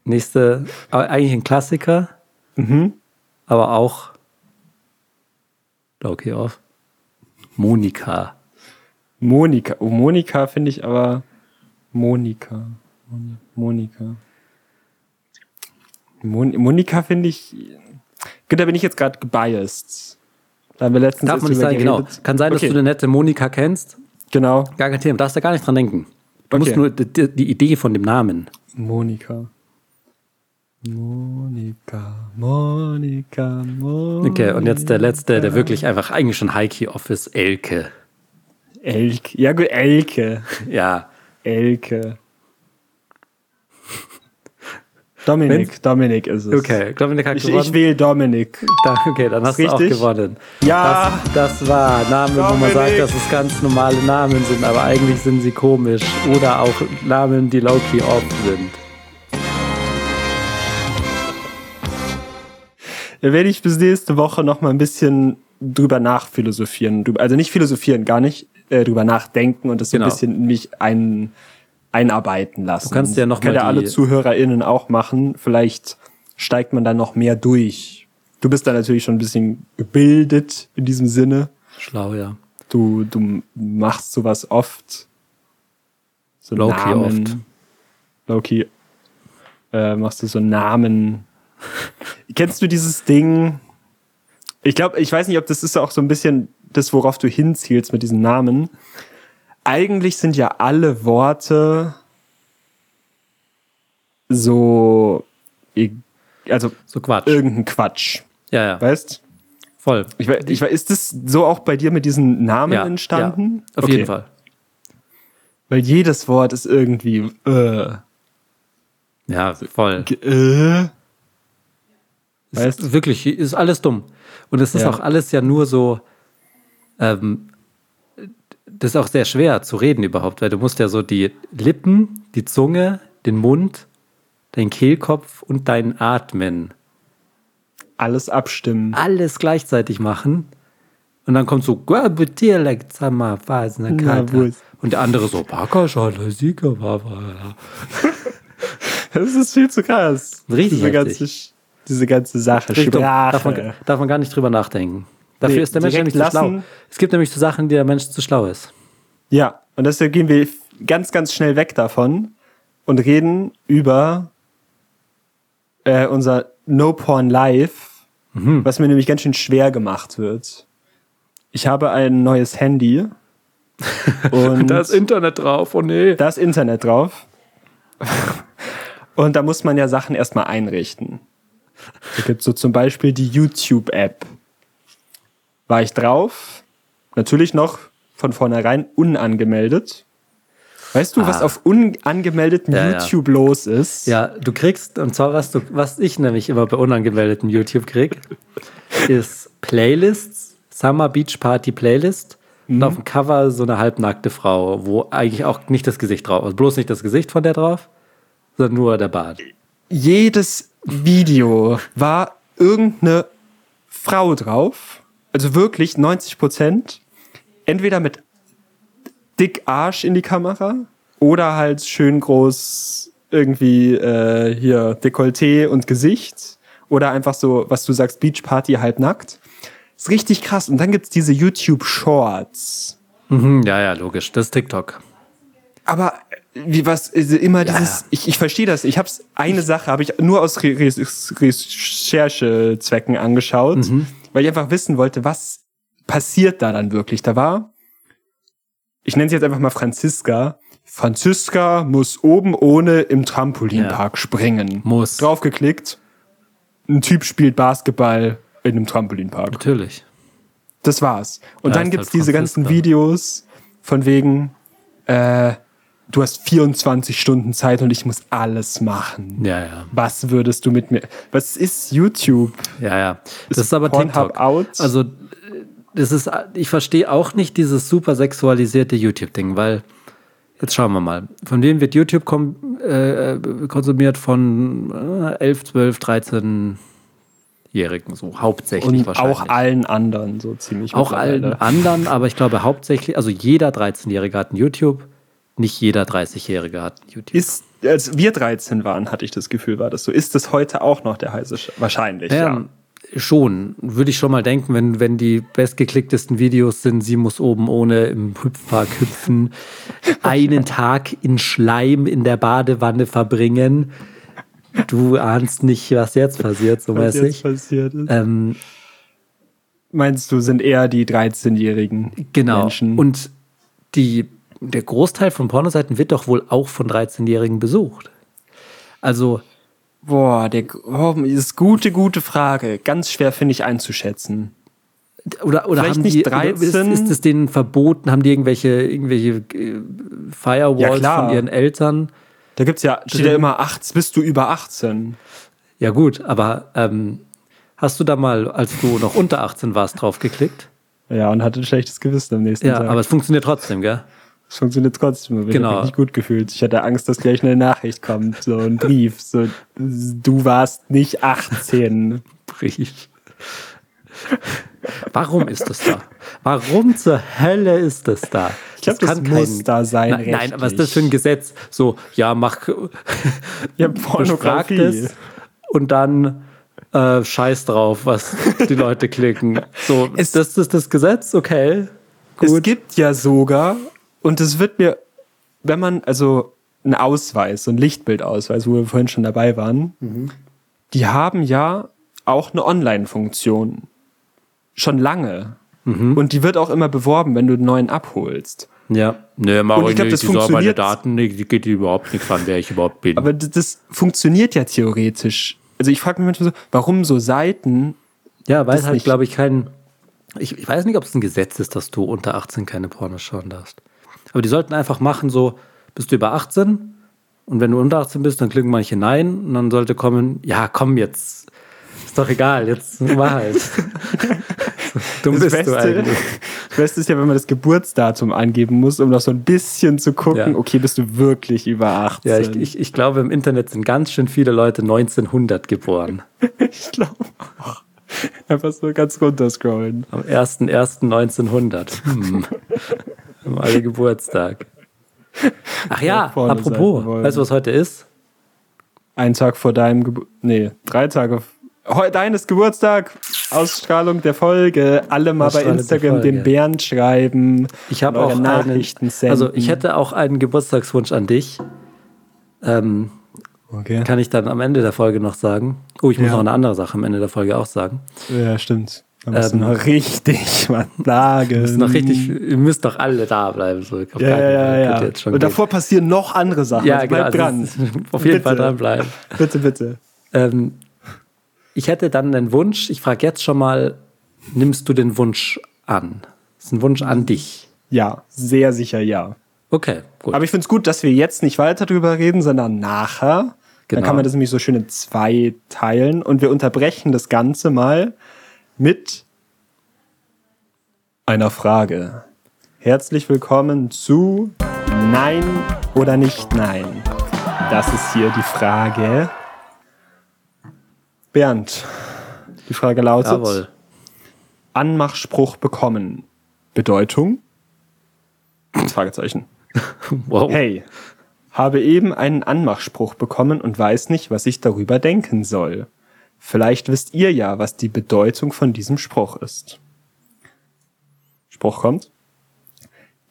Speaker 2: Nächste, aber eigentlich ein Klassiker.
Speaker 1: Mhm.
Speaker 2: Aber auch Loki Off. Monika.
Speaker 1: Monika. Oh, Monika finde ich aber. Monika. Moni- Monika. Mon Monika finde ich. Da bin ich jetzt gerade gebiased. Da haben wir letztens
Speaker 2: Darf
Speaker 1: erst
Speaker 2: man nicht
Speaker 1: drüber
Speaker 2: sagen, genau.
Speaker 1: geredet.
Speaker 2: Kann sein, dass
Speaker 1: okay.
Speaker 2: du eine nette Monika kennst.
Speaker 1: Genau.
Speaker 2: Gar kein Thema, darfst da gar nicht dran denken. Du musst
Speaker 1: Okay.
Speaker 2: nur die, die die Idee von dem Namen.
Speaker 1: Monika. Monika, Monika, Monika.
Speaker 2: Okay, und jetzt der letzte, der wirklich einfach eigentlich schon Heiki Office Elke.
Speaker 1: Elke. Ja, gut, Elke.
Speaker 2: Ja.
Speaker 1: Elke. Dominik, Dominik ist es.
Speaker 2: Okay, Dominik hat
Speaker 1: Ich,
Speaker 2: gewonnen.
Speaker 1: ich wähle Dominik.
Speaker 2: Da- okay, dann hast du auch
Speaker 1: Richtig?
Speaker 2: gewonnen.
Speaker 1: Ja.
Speaker 2: Das, das war Namen, wo man
Speaker 1: Dominik.
Speaker 2: sagt, dass es ganz normale Namen sind, aber eigentlich sind sie komisch. Oder auch Namen, die low-key oft sind.
Speaker 1: Da werde ich bis nächste Woche noch mal ein bisschen drüber nachphilosophieren. Drüber- Also nicht philosophieren, gar nicht. Äh, drüber nachdenken und das so
Speaker 2: Genau.
Speaker 1: ein bisschen in mich ein, einarbeiten lassen.
Speaker 2: Du kannst ja noch
Speaker 1: Können
Speaker 2: mal
Speaker 1: ja
Speaker 2: die-
Speaker 1: alle ZuhörerInnen auch machen. Vielleicht steigt man da noch mehr durch. Du bist da natürlich schon ein bisschen gebildet in diesem Sinne.
Speaker 2: Schlau, ja.
Speaker 1: Du, du machst sowas oft. So
Speaker 2: Low-key
Speaker 1: Namen.
Speaker 2: oft.
Speaker 1: Loki, äh, machst du so einen Namen. Kennst du dieses Ding? Ich glaube, ich weiß nicht, ob das ist auch so ein bisschen das, worauf du hinzielst mit diesen Namen. Eigentlich sind ja alle Worte so, e- also
Speaker 2: So Quatsch.
Speaker 1: irgendein Quatsch,
Speaker 2: ja, ja.
Speaker 1: weißt?
Speaker 2: Voll.
Speaker 1: Ich, wei- ich, wei- ist das so auch bei dir mit diesen Namen
Speaker 2: Ja,
Speaker 1: entstanden?
Speaker 2: Ja, auf
Speaker 1: Okay.
Speaker 2: jeden Fall.
Speaker 1: Weil jedes Wort ist irgendwie, äh,
Speaker 2: Ja, voll.
Speaker 1: ge- äh, weißt?
Speaker 2: Ist wirklich, ist alles dumm. Und es ist
Speaker 1: Ja.
Speaker 2: auch alles ja nur so, ähm, das ist auch sehr schwer zu reden überhaupt, weil du musst ja so die Lippen, die Zunge, den Mund, deinen Kehlkopf und dein Atmen
Speaker 1: alles abstimmen.
Speaker 2: alles gleichzeitig machen. Und dann kommt so, "Gwabutielek zama fasna kata."
Speaker 1: Wurst.
Speaker 2: und der andere so, "Pakashale sika baba."
Speaker 1: Das ist viel zu krass.
Speaker 2: Richtig
Speaker 1: Diese
Speaker 2: heftig.
Speaker 1: ganze, Sch- diese ganze Sache.
Speaker 2: Richtig dumm.
Speaker 1: Sprache.
Speaker 2: Darf man, darf man gar nicht drüber nachdenken. Dafür
Speaker 1: Nee,
Speaker 2: ist der Mensch
Speaker 1: direkt
Speaker 2: nämlich zu schlau.
Speaker 1: lassen.
Speaker 2: Es gibt nämlich so Sachen, die der Mensch zu schlau ist.
Speaker 1: Ja, und deshalb gehen wir f- ganz, ganz schnell weg davon und reden über äh, unser No Porn Live,
Speaker 2: Mhm.
Speaker 1: was mir nämlich ganz schön schwer gemacht wird. Ich habe ein neues Handy. Und
Speaker 2: Hm. Internet drauf, oh nee.
Speaker 1: da ist Internet drauf. Und da muss man ja Sachen erstmal einrichten. Da gibt so zum Beispiel die YouTube-App. War ich drauf? Natürlich noch von vornherein unangemeldet. Weißt du, was
Speaker 2: Ah.
Speaker 1: auf unangemeldeten
Speaker 2: Ja, ja.
Speaker 1: YouTube los ist?
Speaker 2: Ja, du kriegst, und zwar was, du, was ich nämlich immer bei unangemeldeten YouTube krieg, ist Playlists, Summer Beach Party Playlist. Und auf dem Cover so eine halbnackte Frau, wo eigentlich auch nicht das Gesicht drauf ist. Bloß nicht das Gesicht von der drauf, sondern nur der Bart.
Speaker 1: jedes Video war irgendeine Frau drauf. Also wirklich 90 Prozent. Entweder mit dick Arsch in die Kamera oder halt schön groß irgendwie äh, hier Dekolleté und Gesicht. Oder einfach so, was du sagst, Beachparty halbnackt. Ist richtig krass. Und dann gibt's diese YouTube Shorts.
Speaker 2: Mhm, ja, ja, logisch. Das ist TikTok.
Speaker 1: Aber wie was also immer
Speaker 2: Ja,
Speaker 1: dieses
Speaker 2: ja.
Speaker 1: ich, ich verstehe das ich habe eine Sache habe ich nur aus Re Re Recherchezwecken angeschaut
Speaker 2: Mhm.
Speaker 1: weil ich einfach wissen wollte was passiert da dann wirklich da war ich nenne sie jetzt einfach mal Franziska Franziska muss oben ohne im Trampolinpark springen
Speaker 2: Muss.
Speaker 1: draufgeklickt ein Typ spielt Basketball in einem Trampolinpark
Speaker 2: Natürlich.
Speaker 1: das war's. Und
Speaker 2: Ja,
Speaker 1: dann
Speaker 2: ist
Speaker 1: gibt's
Speaker 2: halt
Speaker 1: diese
Speaker 2: Franziska.
Speaker 1: ganzen Videos von wegen, äh, du hast 24 Stunden Zeit und ich muss alles machen.
Speaker 2: Ja, ja.
Speaker 1: Was würdest du mit mir? Was ist YouTube?
Speaker 2: Ja, ja. Das ist aber
Speaker 1: Pornhub
Speaker 2: TikTok.
Speaker 1: out?
Speaker 2: Also, das ist, ich verstehe auch nicht dieses super sexualisierte YouTube-Ding, weil, jetzt schauen wir mal, von wem wird YouTube kom äh, konsumiert? Von äh, 11, 12, 13-Jährigen, so hauptsächlich
Speaker 1: Und
Speaker 2: wahrscheinlich.
Speaker 1: auch allen anderen so ziemlich.
Speaker 2: Auch allen
Speaker 1: mittlerweile.
Speaker 2: anderen, aber ich glaube hauptsächlich, also jeder 13-Jährige hat ein YouTube, nicht jeder 30-Jährige hat ein YouTube.
Speaker 1: Ist, als wir 13 waren, hatte ich das Gefühl, war das so. Ist das heute auch noch der heiße Sch Wahrscheinlich, ja.
Speaker 2: Ähm, Schon, würde ich schon mal denken, wenn, wenn die bestgeklicktesten Videos sind, sie muss oben ohne im Hüpfpark hüpfen, einen Tag in Schleim in der Badewanne verbringen, du ahnst nicht, was jetzt passiert, so
Speaker 1: was jetzt
Speaker 2: mäßig.
Speaker 1: passiert ist.
Speaker 2: Ähm,
Speaker 1: Meinst du, sind eher die 13-jährigen
Speaker 2: genau.
Speaker 1: Menschen?
Speaker 2: Und die, der Großteil von Pornoseiten wird doch wohl auch von 13-Jährigen besucht. Also,
Speaker 1: Boah, der, oh, das ist gute, gute Frage. Ganz schwer finde ich einzuschätzen.
Speaker 2: Oder, oder
Speaker 1: Vielleicht
Speaker 2: haben
Speaker 1: nicht
Speaker 2: die,
Speaker 1: 13?
Speaker 2: Oder ist, ist es denen verboten? Haben die irgendwelche, irgendwelche äh,
Speaker 1: Ja,
Speaker 2: Firewalls
Speaker 1: klar.
Speaker 2: von ihren Eltern?
Speaker 1: Da gibt's ja, steht ja immer, acht, bist du über 18?
Speaker 2: Ja, gut, aber ähm, hast du da mal, als du noch unter 18 warst, drauf geklickt?
Speaker 1: Ja, und hatte ein schlechtes Gewissen am nächsten
Speaker 2: Ja,
Speaker 1: Tag.
Speaker 2: aber es funktioniert trotzdem, gell?
Speaker 1: es funktioniert trotzdem. aber Ich
Speaker 2: Genau.
Speaker 1: habe mich nicht gut gefühlt. Ich hatte Angst, dass gleich eine Nachricht kommt, so ein Brief. So, du warst nicht 18.
Speaker 2: Brief. Warum ist das da? Warum zur Hölle ist das da? Ich
Speaker 1: glaub, das muss da sein,
Speaker 2: Nein, nein, was ist das
Speaker 1: rechtlich.
Speaker 2: für ein Gesetz? So, ja, mach.
Speaker 1: Ja,
Speaker 2: befragt
Speaker 1: Pornografie.
Speaker 2: es und dann äh, scheiß drauf, was die Leute klicken. So,
Speaker 1: Es-
Speaker 2: das ist das Gesetz, okay.
Speaker 1: Es
Speaker 2: Gut.
Speaker 1: gibt ja sogar, und es wird mir, wenn man, also ein Ausweis, so ein Lichtbildausweis, wo wir vorhin schon dabei waren,
Speaker 2: Mhm.
Speaker 1: die haben ja auch eine Online-Funktion. Schon lange.
Speaker 2: Mhm.
Speaker 1: Und die wird auch immer beworben, wenn du einen neuen abholst.
Speaker 2: Ja. Nö, mach
Speaker 1: Und ich glaub, das funktioniert.
Speaker 2: die geht die überhaupt nichts an, wer ich überhaupt bin.
Speaker 1: Aber das, das funktioniert ja theoretisch. Also ich frage mich manchmal so, warum so Seiten,
Speaker 2: ja, weil
Speaker 1: das
Speaker 2: es halt,
Speaker 1: nicht.
Speaker 2: glaube ich, kein. Ich, ich weiß nicht, ob es ein Gesetz ist, dass du unter 18 keine Pornos schauen darfst. Aber die sollten einfach machen, so, bist du über 18? Und wenn du unter 18 bist, dann klicken manche Nein. Und dann sollte kommen, ja, komm jetzt. Ist doch egal, jetzt mach halt. Dumm
Speaker 1: das
Speaker 2: bist du
Speaker 1: Beste,
Speaker 2: eigentlich.
Speaker 1: das Beste ist ja, wenn man das Geburtsdatum angeben muss, um noch so ein bisschen zu gucken,
Speaker 2: Ja.
Speaker 1: okay, bist du wirklich über 18?
Speaker 2: Ja, ich, ich, ich glaube, im Internet sind ganz schön viele Leute 1900 geboren.
Speaker 1: Ich glaube auch. Einfach so ganz runterscrollen.
Speaker 2: Am 1.1.1900. Hm. Haben alle Geburtstag. Ach ja,
Speaker 1: Ja, vorne
Speaker 2: apropos,
Speaker 1: sein wollen.
Speaker 2: weißt du, was heute ist?
Speaker 1: Ein Tag vor deinem Gebur... Nee, drei Tage... f- Heu deines Geburtstag, Ausstrahlung der Folge. Alle mal bei
Speaker 2: Ausstrahlung der
Speaker 1: Instagram
Speaker 2: Folge.
Speaker 1: den Bären schreiben.
Speaker 2: Ich habe
Speaker 1: und
Speaker 2: auch
Speaker 1: eure
Speaker 2: einen,
Speaker 1: Nachrichten senden.
Speaker 2: Also, ich hätte auch einen Geburtstagswunsch an dich. Ähm,
Speaker 1: Okay.
Speaker 2: kann ich dann am Ende der Folge noch sagen. Oh, ich muss
Speaker 1: Ja.
Speaker 2: noch eine andere Sache am Ende der Folge auch sagen.
Speaker 1: Ja, stimmt. Da musst
Speaker 2: Ähm,
Speaker 1: du noch richtig was sagen.
Speaker 2: Ist noch richtig, ihr müsst doch alle da bleiben. So, auf
Speaker 1: Mm. Ja,
Speaker 2: gar keinen
Speaker 1: ja,
Speaker 2: Fall.
Speaker 1: ja.
Speaker 2: Könnt ihr
Speaker 1: ja.
Speaker 2: Jetzt schon
Speaker 1: Und
Speaker 2: gehen.
Speaker 1: davor passieren noch andere Sachen.
Speaker 2: ja,
Speaker 1: also
Speaker 2: genau,
Speaker 1: bleib dran.
Speaker 2: also, Auf jeden Fall
Speaker 1: Bitte.
Speaker 2: dranbleiben.
Speaker 1: Bitte, bitte.
Speaker 2: Ähm, ich hätte dann einen Wunsch. Ich frage jetzt schon mal, nimmst du den Wunsch an? Das ist ein Wunsch an dich.
Speaker 1: Ja, sehr sicher ja.
Speaker 2: Okay, gut.
Speaker 1: Aber ich finde es gut, dass wir jetzt nicht weiter drüber reden, sondern nachher. Dann
Speaker 2: Genau.
Speaker 1: kann man das nämlich so schön in zwei teilen und wir unterbrechen das Ganze mal mit einer Frage. Herzlich willkommen zu Nein oder nicht Nein. Das ist hier die Frage. Bernd, die Frage lautet:
Speaker 2: Jawohl.
Speaker 1: Anmachspruch bekommen. Bedeutung? Fragezeichen.
Speaker 2: Wow.
Speaker 1: Hey, habe eben einen Anmachspruch bekommen und weiß nicht, was ich darüber denken soll. Vielleicht wisst ihr ja, was die Bedeutung von diesem Spruch ist. Spruch kommt.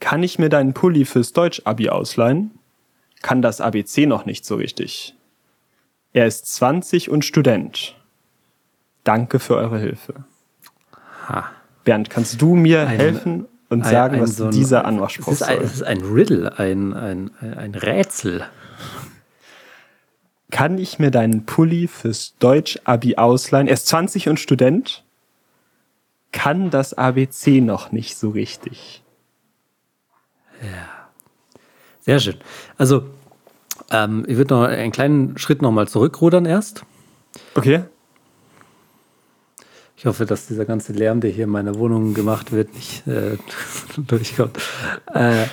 Speaker 1: Kann ich mir deinen Pulli fürs Deutsch-Abi ausleihen? Kann das ABC noch nicht so richtig. Er ist 20 und Student. Danke für eure Hilfe. Bernd, kannst du mir helfen und
Speaker 2: Ein-
Speaker 1: sagen,
Speaker 2: ein
Speaker 1: was
Speaker 2: so ein-
Speaker 1: dieser Anmachspruch
Speaker 2: es ist? Ein,
Speaker 1: soll?
Speaker 2: es ist ein Riddle, ein, ein, ein ein Rätsel.
Speaker 1: Kann ich mir deinen Pulli fürs Deutsch-Abi ausleihen? Er ist 20 und Student. Kann das ABC noch nicht so richtig.
Speaker 2: Sehr schön. Also, ähm, ich würde noch einen kleinen Schritt nochmal zurückrudern erst.
Speaker 1: Okay.
Speaker 2: Ich hoffe, dass dieser ganze Lärm, der hier in meiner Wohnung gemacht wird, nicht äh, durchkommt. Äh,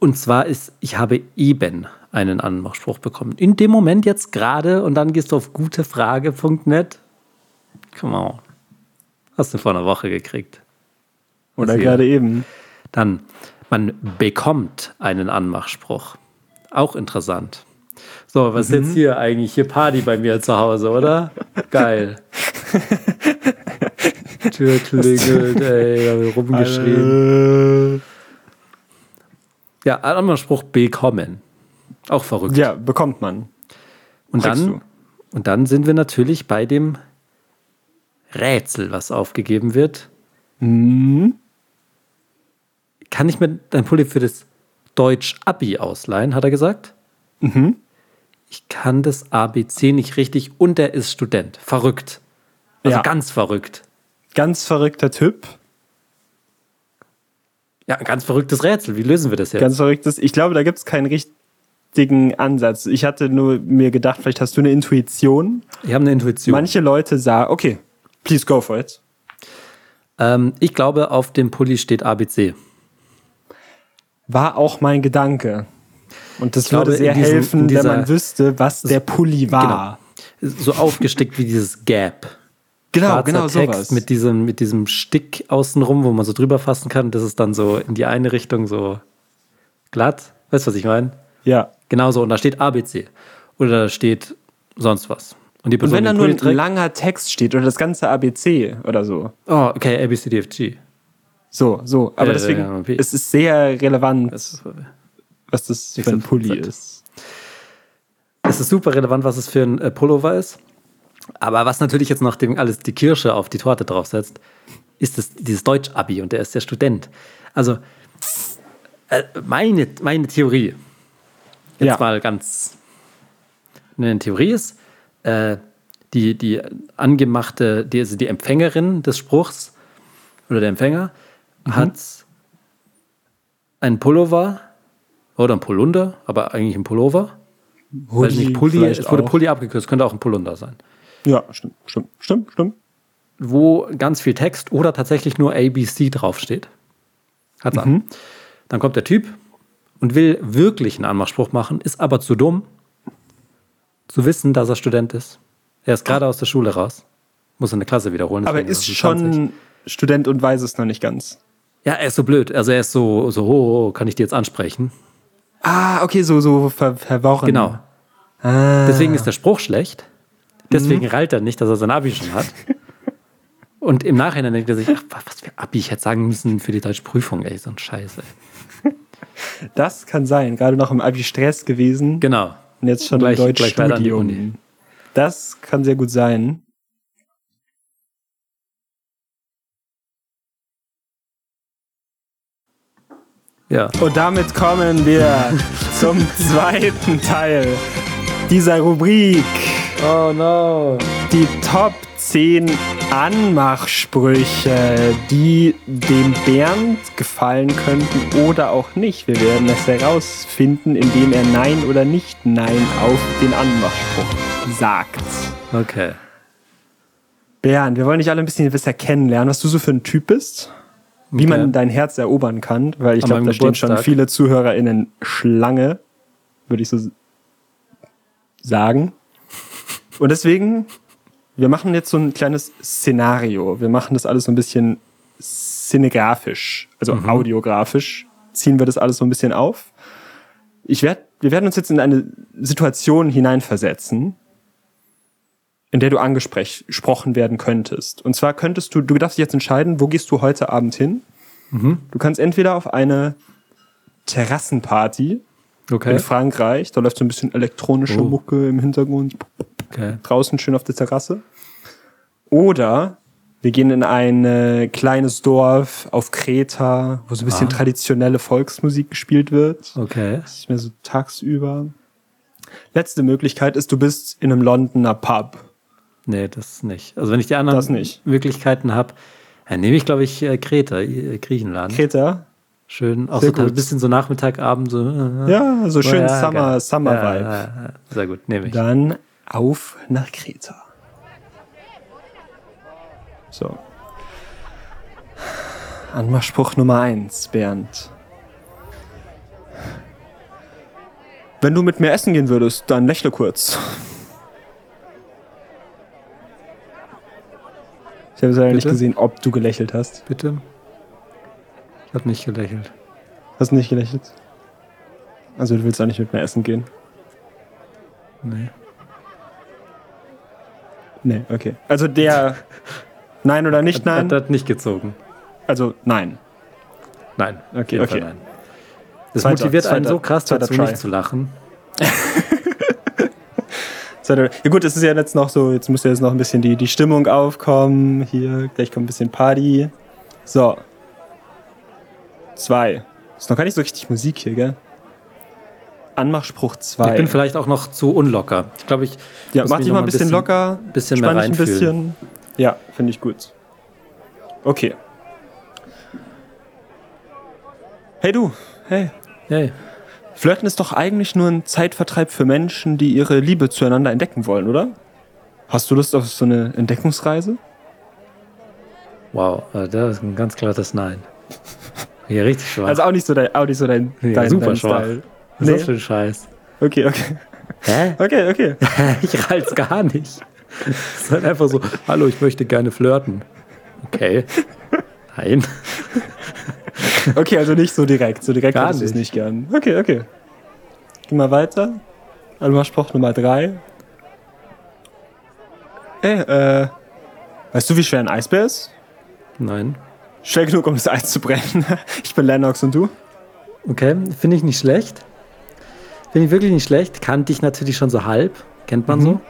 Speaker 2: und zwar ist, ich habe eben einen Anmachspruch bekommen. In dem Moment jetzt gerade und dann gehst du auf gutefrage.net. Come on. Hast du vor einer Woche gekriegt.
Speaker 1: Oder
Speaker 2: Also,
Speaker 1: gerade eben.
Speaker 2: Dann, man bekommt einen Anmachspruch. Auch interessant. So, was ist jetzt hier eigentlich? Hier Party bei mir zu Hause, oder? Geil. Tür klingelt, ey, da wird rumgeschrien.
Speaker 1: Äh,
Speaker 2: Ja, Anmachspruch bekommen. Auch verrückt.
Speaker 1: ja, bekommt man.
Speaker 2: Und
Speaker 1: Kriegst
Speaker 2: dann,
Speaker 1: du.
Speaker 2: und dann sind wir natürlich bei dem Rätsel, was aufgegeben wird.
Speaker 1: Mhm.
Speaker 2: Kann ich mir dein Pulli für das Deutsch-Abi ausleihen, hat er gesagt.
Speaker 1: Mhm.
Speaker 2: Ich kann das ABC nicht richtig und er ist Student. Verrückt. Also
Speaker 1: Ja.
Speaker 2: ganz verrückt.
Speaker 1: Ganz verrückter Typ.
Speaker 2: Ja, ein ganz verrücktes Rätsel. Wie lösen wir das jetzt?
Speaker 1: Ganz verrücktes. Ich glaube, da gibt es keinen richtigen Ansatz. Ich hatte nur mir gedacht, vielleicht hast du eine Intuition.
Speaker 2: Wir haben eine Intuition.
Speaker 1: Manche Leute sagen, okay, please go for it.
Speaker 2: ähm, ich glaube, auf dem Pulli steht ABC.
Speaker 1: War auch mein Gedanke. Und das
Speaker 2: Ich glaube,
Speaker 1: würde sehr
Speaker 2: in diesem- in
Speaker 1: helfen,
Speaker 2: dieser- Genau.
Speaker 1: wenn man wüsste, was der Pulli war.
Speaker 2: So aufgestickt wie dieses Gap.
Speaker 1: Genau,
Speaker 2: schwarzer Text mit diesem, mit diesem Stick außenrum, wo man so drüber fassen kann. Das ist dann so in die eine Richtung so glatt. Weißt du, was ich meine?
Speaker 1: ja.
Speaker 2: Genau so. Und da steht ABC. Oder da steht sonst was. Und die
Speaker 1: Und
Speaker 2: Person
Speaker 1: wenn da
Speaker 2: den
Speaker 1: nur
Speaker 2: Pulli
Speaker 1: Also ein langer Text steht oder das ganze ABC oder so.
Speaker 2: Oh, okay, ABCDFG.
Speaker 1: So, so. Aber
Speaker 2: Ja,
Speaker 1: deswegen,
Speaker 2: ja, ja.
Speaker 1: es ist sehr relevant, was das für ein
Speaker 2: so
Speaker 1: Pulli
Speaker 2: gesagt.
Speaker 1: ist.
Speaker 2: Es ist super relevant, was es für ein äh, Pullover ist. Aber was natürlich jetzt noch dem alles die Kirsche auf die Torte draufsetzt, ist das, dieses Deutsch-Abi und der ist der Student. Also äh, meine, meine Theorie, jetzt
Speaker 1: Ja.
Speaker 2: mal ganz eine Theorie ist, äh, die, die angemachte, die, also die Empfängerin des Spruchs oder der Empfänger
Speaker 1: Mhm.
Speaker 2: hat einen Pullover oder ein Polunder, aber eigentlich ein Pullover. Weil nicht Pulli,
Speaker 1: vielleicht
Speaker 2: es wurde
Speaker 1: auch.
Speaker 2: Pulli abgekürzt, könnte auch ein Polunder sein.
Speaker 1: Ja, stimmt, stimmt, stimmt, stimmt.
Speaker 2: Wo ganz viel Text oder tatsächlich nur ABC draufsteht. Hat's
Speaker 1: Mhm.
Speaker 2: an. Dann kommt der Typ und will wirklich einen Anmachspruch machen, ist aber zu dumm, zu wissen, dass er Student ist. Er ist gerade aus der Schule raus, muss eine Klasse wiederholen.
Speaker 1: Aber
Speaker 2: deswegen
Speaker 1: ist
Speaker 2: es 20.
Speaker 1: schon Student und weiß es noch nicht ganz.
Speaker 2: Ja, er ist so blöd. Also er ist so, so oh, oh, kann ich die jetzt ansprechen?
Speaker 1: Ah, okay, so, so ver verworren. Ah.
Speaker 2: Genau. Deswegen ist der Spruch schlecht. Deswegen
Speaker 1: Mhm.
Speaker 2: rallt er nicht, dass er sein Abi schon hat. Und im Nachhinein denkt er sich, ach, wa- was für Abi ich hätte sagen müssen für die deutsche Prüfung, ey, so ein Scheiß, ey.
Speaker 1: Das kann sein. Gerade noch im Abi-Stress gewesen.
Speaker 2: Genau.
Speaker 1: Und jetzt schon
Speaker 2: Gleich-
Speaker 1: im
Speaker 2: gleich weiter an die Uni.
Speaker 1: Deutschstudium. Das kann sehr gut sein.
Speaker 2: Ja.
Speaker 1: Und damit kommen wir zum zweiten Teil dieser Rubrik.
Speaker 2: Oh no.
Speaker 1: Die Top 10 Anmachsprüche, die dem Bernd gefallen könnten oder auch nicht. Wir werden das herausfinden, indem er Nein oder nicht Nein auf den Anmachspruch sagt.
Speaker 2: Okay.
Speaker 1: Bernd, wir wollen dich alle ein bisschen besser kennenlernen, was du so für ein Typ bist, wie
Speaker 2: Okay.
Speaker 1: man dein Herz erobern kann, weil ich
Speaker 2: An
Speaker 1: glaube,
Speaker 2: meinem
Speaker 1: da stehen schon
Speaker 2: Geburtstag.
Speaker 1: viele ZuhörerInnen Schlange, würde ich so s- sagen. Und deswegen, wir machen jetzt so ein kleines Szenario. Wir machen das alles so ein bisschen cinegrafisch, also audiografisch, ziehen wir das alles so ein bisschen auf. Ich werd, wir werden uns jetzt in eine Situation hineinversetzen, in der du angesprochen werden könntest. Und zwar könntest du, du darfst dich jetzt entscheiden, wo gehst du heute Abend hin? Du kannst entweder auf eine Terrassenparty
Speaker 2: Okay.
Speaker 1: in Frankreich, da läuft so ein bisschen elektronische
Speaker 2: Oh.
Speaker 1: Mucke im Hintergrund,
Speaker 2: okay.
Speaker 1: draußen schön auf der Terrasse. Oder wir gehen in ein äh, kleines Dorf auf Kreta, wo so ein bisschen
Speaker 2: Ah.
Speaker 1: traditionelle Volksmusik gespielt wird.
Speaker 2: Okay.
Speaker 1: Das ist mir so tagsüber. Letzte Möglichkeit ist, du bist in einem Londoner Pub.
Speaker 2: Nee, das nicht. Also wenn ich die anderen
Speaker 1: Das nicht.
Speaker 2: Möglichkeiten habe, dann nehme ich, glaube ich, äh, Kreta, äh, Griechenland.
Speaker 1: Kreta,
Speaker 2: Schön. Auch
Speaker 1: Sehr
Speaker 2: so ein
Speaker 1: gut.
Speaker 2: bisschen so Nachmittag, Abend, so. äh,
Speaker 1: Ja, so schön
Speaker 2: ja,
Speaker 1: Summer,
Speaker 2: geil.
Speaker 1: Summer
Speaker 2: Ja,
Speaker 1: Vibe.
Speaker 2: ja, ja. Sehr gut, nehme ich.
Speaker 1: Dann auf nach Kreta. So. Anmachspruch Nummer 1, Bernd. Wenn du mit mir essen gehen würdest, dann lächle kurz. Ich habe es leider nicht
Speaker 2: Bitte?
Speaker 1: gesehen, ob du gelächelt hast.
Speaker 2: Bitte? Ich habe nicht gelächelt.
Speaker 1: Hast du nicht gelächelt? Also du willst auch nicht mit mir essen gehen.
Speaker 2: Nee.
Speaker 1: Nee, okay. Also der Nein oder nicht
Speaker 2: Hat,
Speaker 1: Nein?
Speaker 2: hat nicht gezogen.
Speaker 1: Also nein.
Speaker 2: Nein. auf
Speaker 1: Okay,
Speaker 2: jeden Fall
Speaker 1: okay.
Speaker 2: Nein. Das
Speaker 1: Zweiter-
Speaker 2: motiviert einen
Speaker 1: zweiter-
Speaker 2: so krass
Speaker 1: zweiter
Speaker 2: dazu,
Speaker 1: Try.
Speaker 2: nicht zu lachen.
Speaker 1: Sondern- Ja gut, es ist ja jetzt noch so, jetzt muss ja jetzt noch ein bisschen die, die Stimmung aufkommen. Hier, gleich kommt ein bisschen Party. So. Zwei. Ist noch gar nicht so richtig Musik hier, gell? Anmachspruch zwei.
Speaker 2: Ich bin vielleicht auch noch zu unlocker. Ich glaube, ich.
Speaker 1: ja,
Speaker 2: muss
Speaker 1: mach
Speaker 2: mich
Speaker 1: dich
Speaker 2: noch
Speaker 1: mal ein bisschen, locker.
Speaker 2: bisschen mehr
Speaker 1: spann dich ein
Speaker 2: reinfühlen.
Speaker 1: bisschen. Ja, finde ich gut. Okay. Hey du. Hey.
Speaker 2: Hey.
Speaker 1: Flirten ist doch eigentlich nur ein Zeitvertreib für Menschen, die ihre Liebe zueinander entdecken wollen, oder? Hast du Lust auf so eine Entdeckungsreise?
Speaker 2: Wow, äh, das ist ein ganz klares Nein. Hier richtig schwach.
Speaker 1: Also auch nicht so dein, auch nicht so dein,
Speaker 2: Ja,
Speaker 1: dein,
Speaker 2: super
Speaker 1: dein
Speaker 2: schwach.
Speaker 1: Style.
Speaker 2: Was ist
Speaker 1: nee.
Speaker 2: das für ein Scheiß?
Speaker 1: Okay, okay.
Speaker 2: Hä?
Speaker 1: Okay, okay.
Speaker 2: Ich ralls gar nicht. Es ist halt einfach so, hallo, ich möchte gerne flirten. Okay. Nein.
Speaker 1: Okay, also nicht so direkt. So direkt
Speaker 2: Gar
Speaker 1: würdest du es
Speaker 2: nicht.
Speaker 1: nicht gern. Okay, okay. Geh mal weiter. Anmachspruch Nummer drei. Ey, äh, weißt du, wie schwer ein Eisbär ist?
Speaker 2: Nein.
Speaker 1: Schwer genug, um das Eis zu brechen. Ich bin Lennox und du?
Speaker 2: Okay, finde ich nicht schlecht. Finde ich wirklich nicht schlecht. Kannte ich natürlich schon so halb. Kennt man so.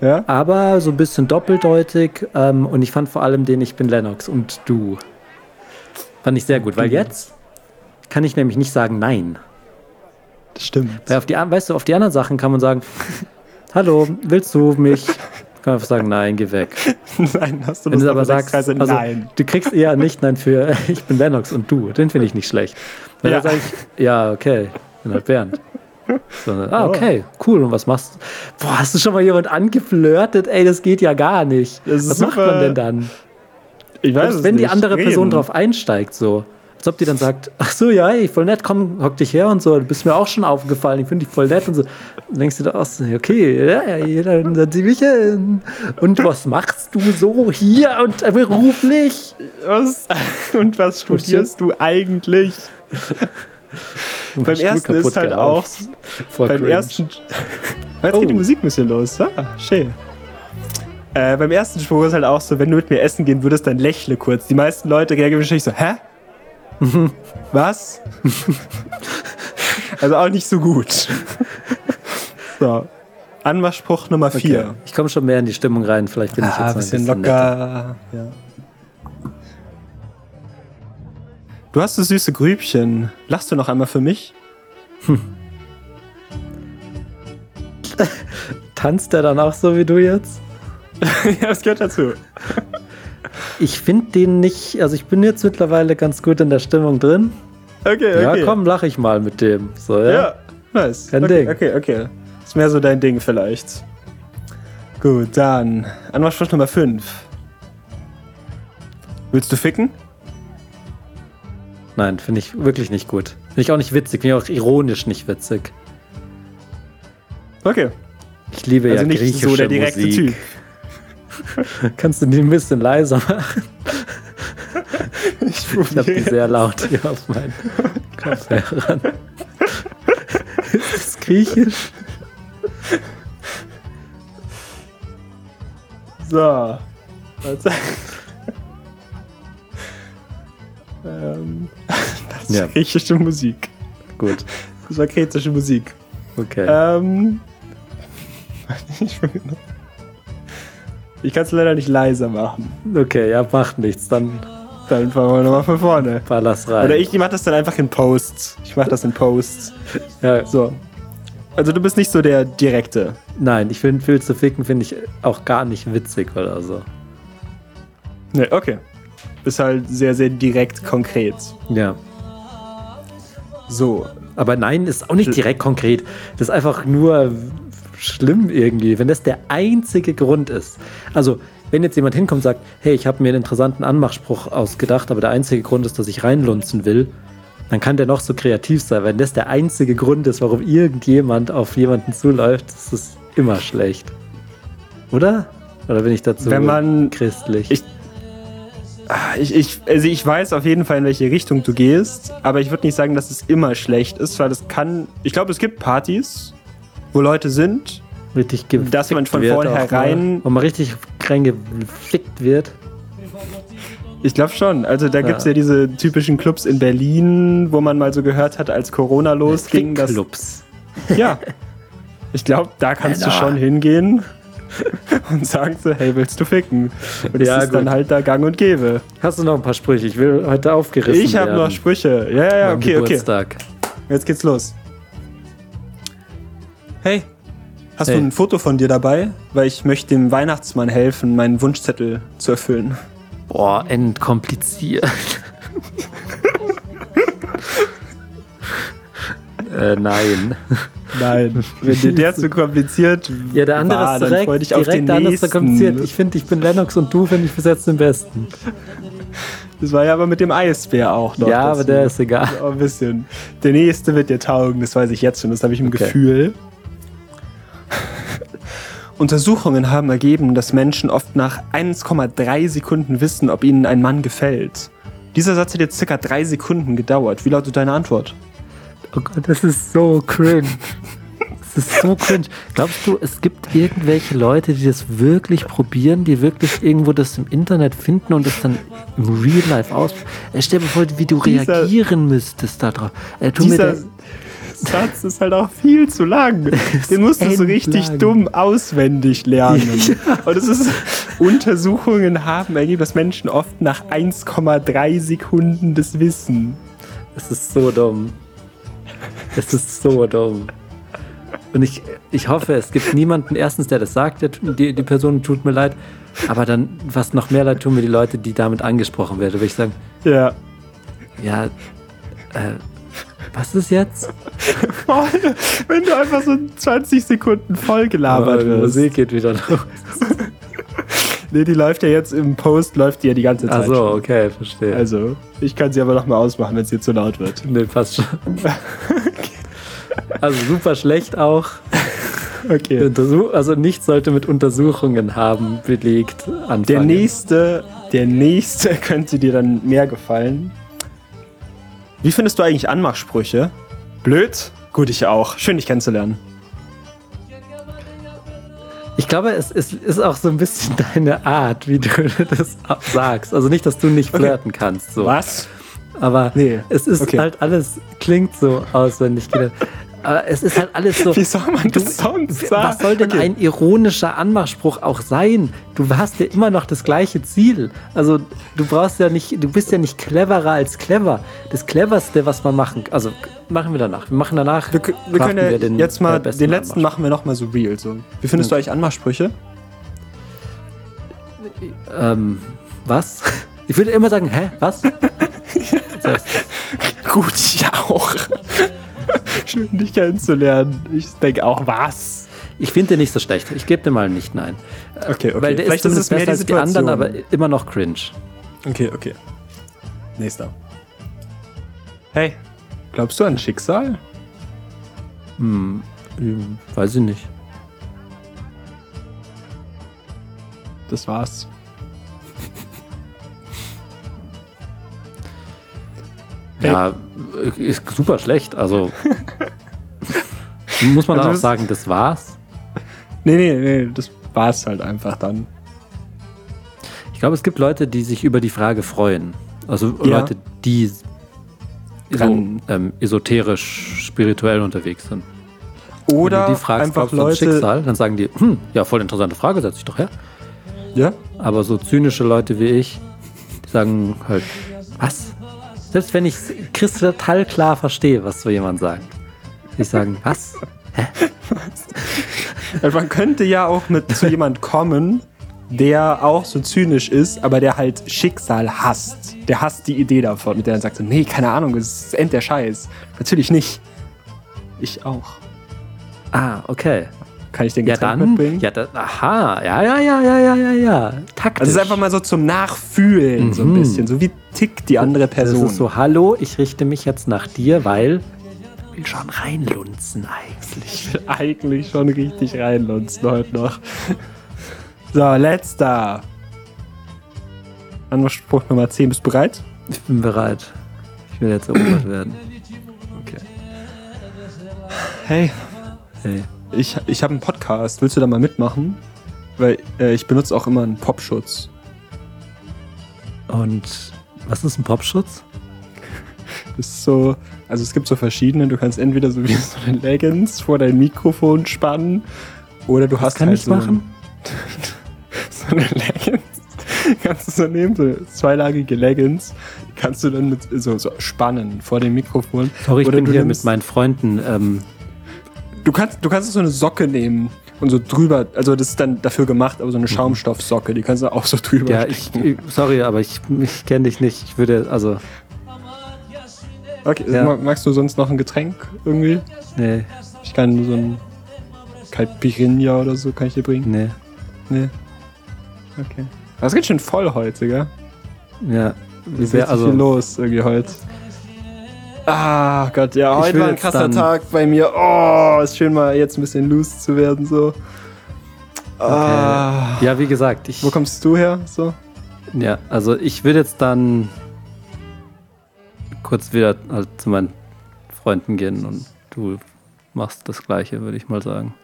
Speaker 1: Ja?
Speaker 2: Ah, Aber so ein bisschen doppeldeutig. Ähm, und ich fand vor allem den Ich bin Lennox und du. Fand ich sehr gut, weil jetzt kann ich nämlich nicht sagen Nein.
Speaker 1: Das stimmt.
Speaker 2: Weil auf die, an- weißt du, auf die anderen Sachen kann man sagen, hallo, willst du mich? Kann man einfach sagen, nein, geh weg.
Speaker 1: Nein, hast du
Speaker 2: Wenn
Speaker 1: Lust
Speaker 2: du
Speaker 1: auf
Speaker 2: aber sagst,
Speaker 1: Entdeckungsreise?
Speaker 2: also,
Speaker 1: Nein.
Speaker 2: du kriegst eher nicht Nein für ich bin Lennox und du, den finde ich nicht schlecht. Weil
Speaker 1: Ja.
Speaker 2: dann sage ich, ja, okay, ich bin halt Bernd. Sondern, ah, okay,
Speaker 1: Oh.
Speaker 2: cool, und was machst du? Boah, hast du schon mal jemand angeflirtet? Ey, das geht ja gar nicht.
Speaker 1: Das ist
Speaker 2: was macht
Speaker 1: super.
Speaker 2: man denn dann?
Speaker 1: Ich weiß
Speaker 2: Selbst Also wenn die andere Person
Speaker 1: Reden.
Speaker 2: drauf einsteigt, so. Als ob die dann sagt, ach so, ja, ey, voll nett, komm, hock dich her und so, du bist mir auch schon aufgefallen, ich finde dich voll nett und so. Dann denkst du da auch so, okay, ja, ja, dann dann zieh mich hin. Und was machst du so hier und beruflich?
Speaker 1: Was? Und was
Speaker 2: Oh,
Speaker 1: studierst du eigentlich? Beim
Speaker 2: Stuhl
Speaker 1: ersten
Speaker 2: kaputt
Speaker 1: ist halt
Speaker 2: gehauen.
Speaker 1: auch.
Speaker 2: Voll
Speaker 1: beim
Speaker 2: cringe.
Speaker 1: ersten. Jetzt geht die
Speaker 2: Oh.
Speaker 1: Musik ein bisschen los. Ah, schön. Äh, beim ersten Spruch ist halt auch so, wenn du mit mir essen gehen würdest, dann lächle kurz. Die meisten Leute reagieren wahrscheinlich so, hä? Was? also auch nicht so gut. so. Anmachspruch Nummer
Speaker 2: Okay.
Speaker 1: 4.
Speaker 2: Ich komme schon mehr in die Stimmung rein, vielleicht bin ich jetzt
Speaker 1: Ah,
Speaker 2: mal
Speaker 1: ein bisschen
Speaker 2: netter.
Speaker 1: locker. Ja. Du hast so süße Grübchen. Lachst du noch einmal für mich?
Speaker 2: Tanzt der dann auch so wie du jetzt?
Speaker 1: ja, das gehört dazu.
Speaker 2: Ich finde den nicht, also ich bin jetzt mittlerweile ganz gut in der Stimmung drin.
Speaker 1: Okay, okay.
Speaker 2: Ja, komm, lach ich mal mit dem. So, ja.
Speaker 1: Ja, nice.
Speaker 2: Kein
Speaker 1: okay,
Speaker 2: Ding.
Speaker 1: okay, okay. Ist mehr so dein Ding vielleicht. Gut, dann Anmachspruch Nummer 5. Willst du ficken?
Speaker 2: Nein, finde ich wirklich nicht gut. Finde ich auch nicht witzig, finde ich auch ironisch nicht witzig.
Speaker 1: Okay.
Speaker 2: Ich liebe
Speaker 1: Also
Speaker 2: ja
Speaker 1: nicht
Speaker 2: griechische
Speaker 1: so der direkte
Speaker 2: Musik.
Speaker 1: Typ.
Speaker 2: Kannst du die ein bisschen leiser machen?
Speaker 1: Ich
Speaker 2: Ich habe die
Speaker 1: probiere.
Speaker 2: sehr laut hier auf meinen Kopfhörern. Ist das griechisch?
Speaker 1: So. Also, ähm, das ist
Speaker 2: Ja.
Speaker 1: griechische Musik.
Speaker 2: Gut,
Speaker 1: Das war kretische Musik.
Speaker 2: okay.
Speaker 1: Ähm. Ich, ich kann es leider nicht leiser machen.
Speaker 2: Okay, ja, macht nichts. Dann
Speaker 1: Dann fangen wir nochmal von vorne.
Speaker 2: ballerst rein.
Speaker 1: Oder ich mache das dann einfach in Posts. Ich mache das in Posts.
Speaker 2: Ja,
Speaker 1: So. Also du bist nicht so der Direkte.
Speaker 2: nein, ich finde, viel zu ficken finde ich auch gar nicht witzig oder so.
Speaker 1: Nee, okay. Bist halt sehr, sehr direkt konkret.
Speaker 2: Ja.
Speaker 1: So.
Speaker 2: Aber nein, ist auch nicht direkt konkret. Das ist einfach nur schlimm irgendwie, wenn das der einzige Grund ist. Also, wenn jetzt jemand hinkommt und sagt, hey, ich habe mir einen interessanten Anmachspruch ausgedacht, aber der einzige Grund ist, dass ich reinlunzen will, dann kann der noch so kreativ sein. Wenn das der einzige Grund ist, warum irgendjemand auf jemanden zuläuft, ist es immer schlecht. Oder? Oder bin ich dazu
Speaker 1: Wenn man-
Speaker 2: christlich?
Speaker 1: Ich- Ich, ich, also ich weiß auf jeden Fall, in welche Richtung du gehst, aber ich würde nicht sagen, dass es immer schlecht ist, weil es kann. Ich glaube, es gibt Partys, wo Leute sind.
Speaker 2: richtig gefickt
Speaker 1: dass man von
Speaker 2: wird auch
Speaker 1: vornherein-
Speaker 2: mal. Und man richtig reingefickt wird.
Speaker 1: Ich glaube schon. Also da gibt's
Speaker 2: Ja.
Speaker 1: ja diese typischen Clubs in Berlin, wo man mal so gehört hat, als Corona losging, dass.
Speaker 2: Fickclubs.
Speaker 1: Ja. Ich glaube, da kannst du schon hingehen und sagen so, hey, willst du ficken? Und das
Speaker 2: Ja,
Speaker 1: ist
Speaker 2: gut.
Speaker 1: dann halt da gang und gäbe.
Speaker 2: Hast du noch ein paar Sprüche? Ich will heute aufgerissen
Speaker 1: Ich habe
Speaker 2: werden.
Speaker 1: noch Sprüche. Ja, ja, ja,
Speaker 2: Am
Speaker 1: okay, okay.
Speaker 2: Geburtstag.
Speaker 1: Jetzt geht's los. Hey, hast
Speaker 2: Hey.
Speaker 1: du ein Foto von dir dabei? Weil ich möchte dem Weihnachtsmann helfen, meinen Wunschzettel zu erfüllen.
Speaker 2: Boah, entkompliziert. äh, nein.
Speaker 1: Nein, wenn dir der zu kompliziert
Speaker 2: Ja, der andere
Speaker 1: war,
Speaker 2: ist
Speaker 1: dann freu
Speaker 2: direkt,
Speaker 1: dich auf
Speaker 2: direkt
Speaker 1: den
Speaker 2: der andere ist
Speaker 1: nächsten.
Speaker 2: so kompliziert. Ich finde, ich bin Lennox und du, finde ich, besetzt den Besten.
Speaker 1: Das war ja aber mit dem Eisbär auch noch.
Speaker 2: ja, aber
Speaker 1: dazu.
Speaker 2: der ist egal.
Speaker 1: Auch ein bisschen. Der nächste wird dir taugen, das weiß ich jetzt schon, das habe ich im
Speaker 2: Okay.
Speaker 1: Gefühl. Untersuchungen haben ergeben, dass Menschen oft nach 1,3 Sekunden wissen, ob ihnen ein Mann gefällt. Dieser Satz hat jetzt circa drei Sekunden gedauert. Wie lautet deine Antwort?
Speaker 2: Oh Gott, das ist so cringe. Das ist so cringe. Glaubst du, es gibt irgendwelche Leute, die das wirklich probieren, die wirklich irgendwo das im Internet finden und das dann im Real Life aus? Äh, Stell dir vor, wie du
Speaker 1: Dieser-
Speaker 2: reagieren müsstest darauf. Äh, tu mir
Speaker 1: Dieser
Speaker 2: der-
Speaker 1: Satz ist halt auch viel zu lang. Den musst du so richtig
Speaker 2: endlang.
Speaker 1: dumm auswendig lernen. Und es ist, Untersuchungen haben ergeben, dass Menschen oft nach 1,3 Sekunden das wissen.
Speaker 2: Es ist so dumm. Es ist so dumm. Und ich, ich hoffe, es gibt niemanden, erstens, der das sagt, der, die, die Person tut mir leid. Aber dann, was noch mehr leid tun mir die Leute, die damit angesprochen werden, würde ich sagen,
Speaker 1: Ja.
Speaker 2: ja, äh, was ist jetzt?
Speaker 1: Voll. Wenn du einfach so 20 Sekunden voll gelabert
Speaker 2: die
Speaker 1: wirst.
Speaker 2: Musik geht wieder los.
Speaker 1: Nee, die läuft ja jetzt im Post, läuft die ja die ganze Zeit.
Speaker 2: Also
Speaker 1: schon.
Speaker 2: okay, verstehe. Also.
Speaker 1: Also, ich kann sie aber nochmal ausmachen, wenn es hier zu laut wird.
Speaker 2: Nee, passt schon. Also super schlecht auch.
Speaker 1: Okay.
Speaker 2: Untersuch also nichts sollte mit Untersuchungen haben belegt anfangen.
Speaker 1: Der nächste, der nächste könnte dir dann mehr gefallen. Wie findest du eigentlich Anmachsprüche? Blöd? Gut, ich auch. Schön, dich kennenzulernen.
Speaker 2: Ich glaube, es, es ist auch so ein bisschen deine Art, wie du das sagst. Also nicht, dass du nicht flirten kannst, so.
Speaker 1: Was?
Speaker 2: Aber
Speaker 1: Nee,
Speaker 2: es ist
Speaker 1: okay.
Speaker 2: halt alles, klingt so auswendig gedacht. Aber es ist halt alles so.
Speaker 1: Wie soll man das sonst sagen?
Speaker 2: Was soll denn
Speaker 1: Okay.
Speaker 2: ein ironischer Anmachspruch auch sein? Du hast ja immer noch das gleiche Ziel. Also du brauchst ja nicht, du bist ja nicht cleverer als clever. Das cleverste, was man machen, also machen wir danach. Wir machen danach.
Speaker 1: Wir, k- wir
Speaker 2: craften
Speaker 1: können ja
Speaker 2: den,
Speaker 1: jetzt mal
Speaker 2: äh, besten
Speaker 1: den letzten machen wir nochmal so real. So. Wie findest du eigentlich Anmachsprüche?
Speaker 2: Ähm, was? Ich würde immer sagen, hä, was?
Speaker 1: Gut, ich auch. Schön, dich kennenzulernen. Ich denke auch, was?
Speaker 2: Ich finde den nicht so schlecht. Ich gebe dir mal nicht nein.
Speaker 1: Okay, okay.
Speaker 2: Weil der ist zumindest besser als die anderen, aber immer noch cringe.
Speaker 1: Okay, okay. Nächster. Hey, glaubst du an Schicksal? Mhm.
Speaker 2: Hm, Weiß ich nicht.
Speaker 1: Das war's. Hey.
Speaker 2: Ja, ist super schlecht. Also muss man
Speaker 1: Also
Speaker 2: auch
Speaker 1: das-
Speaker 2: sagen, das war's.
Speaker 1: Nee, nee, nee, das war's halt einfach dann.
Speaker 2: Ich glaube, es gibt Leute, die sich über die Frage freuen. Also
Speaker 1: Ja.
Speaker 2: Leute, die so,
Speaker 1: Kann-
Speaker 2: ähm, esoterisch, spirituell unterwegs sind.
Speaker 1: Oder
Speaker 2: Wenn du die fragst,
Speaker 1: einfach
Speaker 2: glaubst du ans
Speaker 1: Leute.
Speaker 2: Schicksal, dann sagen die, hm, ja, voll interessante Frage, setz ich doch her.
Speaker 1: Ja?
Speaker 2: Aber so zynische Leute wie ich, die sagen halt, was? Selbst wenn ich es kristallklar verstehe, was so jemand sagt. Die sagen, was?
Speaker 1: Also Man könnte ja auch mit zu jemand kommen, der auch so zynisch ist, aber der halt Schicksal hasst. Der hasst die Idee davon. Und der dann sagt so, nee, keine Ahnung, es ist end der Scheiß. Natürlich nicht. Ich auch.
Speaker 2: Ah, okay.
Speaker 1: Kann ich den
Speaker 2: Ja,
Speaker 1: Getränk mitbringen?
Speaker 2: dann. Ja, dann. Aha. Ja, ja, ja, ja, ja, ja, ja. Taktisch.
Speaker 1: Also es ist einfach mal so zum Nachfühlen, so ein bisschen. So wie tickt die andere Person.
Speaker 2: Mhm. Das ist so, hallo, ich richte mich jetzt nach dir, weil. Ich will schon reinlunzen eigentlich.
Speaker 1: Ich will eigentlich schon richtig reinlunzen heute noch. So, letzter. Anspruch Nummer 10. Bist du bereit?
Speaker 2: Ich bin bereit. Ich will jetzt erobert werden.
Speaker 1: Hey,
Speaker 2: Hey.
Speaker 1: ich, ich habe einen Podcast. Willst du da mal mitmachen? Weil äh, ich benutze auch immer einen Popschutz.
Speaker 2: Und was ist ein Popschutz?
Speaker 1: Das ist so, also es gibt so verschiedene. Du kannst entweder so wie so eine Leggings vor dein Mikrofon spannen oder du hast
Speaker 2: kann
Speaker 1: halt
Speaker 2: ich
Speaker 1: so, ein-
Speaker 2: machen?
Speaker 1: so eine Leggings. Kannst du so nehmen, so eine zweilagige Leggings, kannst du dann mit so, so spannen vor dem Mikrofon.
Speaker 2: Sorry, ich
Speaker 1: oder
Speaker 2: bin
Speaker 1: du
Speaker 2: hier
Speaker 1: nimmst-
Speaker 2: mit meinen Freunden. Ähm,
Speaker 1: Du kannst, du kannst so eine Socke nehmen und so drüber, also das ist dann dafür gemacht, aber so eine Schaumstoffsocke, die kannst du auch so drüber.
Speaker 2: Mhm. ja, ich, ich, sorry, aber ich, ich kenne dich nicht. Ich würde, also,
Speaker 1: okay,
Speaker 2: ja.
Speaker 1: ma- magst du sonst noch ein Getränk irgendwie?
Speaker 2: nee,
Speaker 1: Ich kann so ein Caipirinha oder so kann ich dir bringen.
Speaker 2: nee,
Speaker 1: Nee. Okay. Das ist ganz schön voll heute, gell?
Speaker 2: ja.
Speaker 1: Es ist
Speaker 2: Wer- also,
Speaker 1: richtig viel los irgendwie heute. Ah Gott, ja,
Speaker 2: Ich
Speaker 1: heute
Speaker 2: will
Speaker 1: war ein
Speaker 2: jetzt
Speaker 1: krasser
Speaker 2: dann-
Speaker 1: Tag bei mir. Oh, ist schön mal jetzt ein bisschen loose zu werden so. Ah.
Speaker 2: ja, wie gesagt, ich.
Speaker 1: Wo kommst du her so?
Speaker 2: Ja, also ich würde jetzt dann kurz wieder halt zu meinen Freunden gehen und du machst das Gleiche, würde ich mal sagen.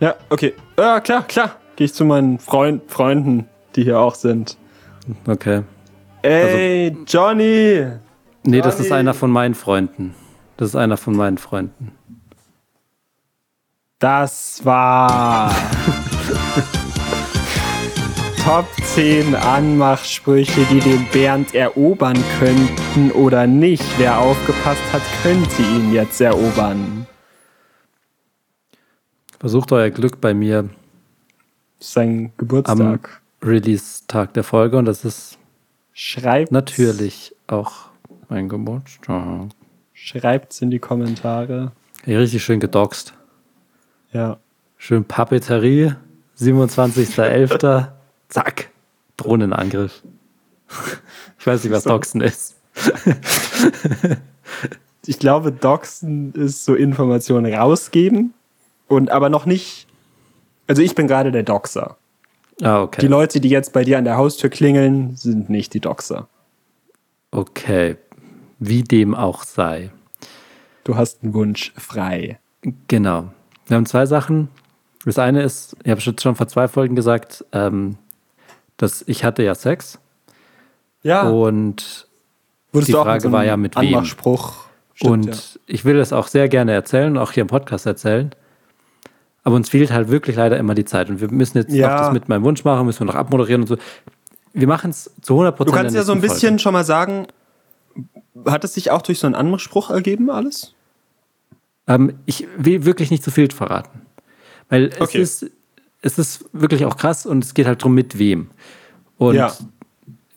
Speaker 1: Ja, okay. Ja, klar, klar. Gehe ich zu meinen Freund, Freunden, die hier auch sind.
Speaker 2: Okay. Also-
Speaker 1: Ey, Johnny!
Speaker 2: Nee, das ist
Speaker 1: Johnny.
Speaker 2: einer von meinen Freunden. Das ist einer von meinen Freunden.
Speaker 1: Das war Top 10 Anmachsprüche, die den Bernd erobern könnten oder nicht. Wer aufgepasst hat, könnte ihn jetzt erobern.
Speaker 2: Versucht euer Glück bei mir
Speaker 1: Das ist sein
Speaker 2: am
Speaker 1: Geburtstag.
Speaker 2: Release-Tag der Folge und das ist
Speaker 1: Schreibt
Speaker 2: natürlich auch mein Geburtstag.
Speaker 1: Schreibt's in die Kommentare.
Speaker 2: Hey, richtig schön gedoxt.
Speaker 1: Ja.
Speaker 2: Schön Papeterie, 27.11. Zack, Drohnenangriff. Ich weiß nicht, was
Speaker 1: So.
Speaker 2: Doxen ist.
Speaker 1: Ich glaube, Doxen ist so Informationen rausgeben und aber noch nicht. Also ich bin gerade der Doxer.
Speaker 2: Ah,
Speaker 1: Die
Speaker 2: okay.
Speaker 1: Leute, die jetzt bei dir an der Haustür klingeln, sind nicht die Doxer.
Speaker 2: Okay, wie dem auch sei.
Speaker 1: Du hast einen Wunsch frei.
Speaker 2: Genau. Wir haben zwei Sachen. Das eine ist, ich habe jetzt schon vor zwei Folgen gesagt, ähm, dass ich hatte ja Sex
Speaker 1: Ja,
Speaker 2: und
Speaker 1: Wurdest
Speaker 2: Oh, die
Speaker 1: du auch
Speaker 2: Frage
Speaker 1: einem
Speaker 2: war ja, mit wem.
Speaker 1: Anmachspruch. Stimmt,
Speaker 2: und
Speaker 1: ja.
Speaker 2: ich will das auch sehr gerne erzählen, auch hier im Podcast erzählen. Aber uns fehlt halt wirklich leider immer die Zeit. Und wir müssen jetzt
Speaker 1: Ja.
Speaker 2: noch das mit meinem Wunsch machen, müssen wir noch abmoderieren und so. Wir machen es zu 100
Speaker 1: Du
Speaker 2: Prozent.
Speaker 1: kannst ja so ein bisschen schon mal sagen, hat es sich auch durch so einen Anmachspruch ergeben alles?
Speaker 2: Ähm, ich will wirklich nicht zu viel verraten. Weil es,
Speaker 1: Okay.
Speaker 2: ist, es ist wirklich auch krass und es geht halt drum, mit wem. Und
Speaker 1: Ja.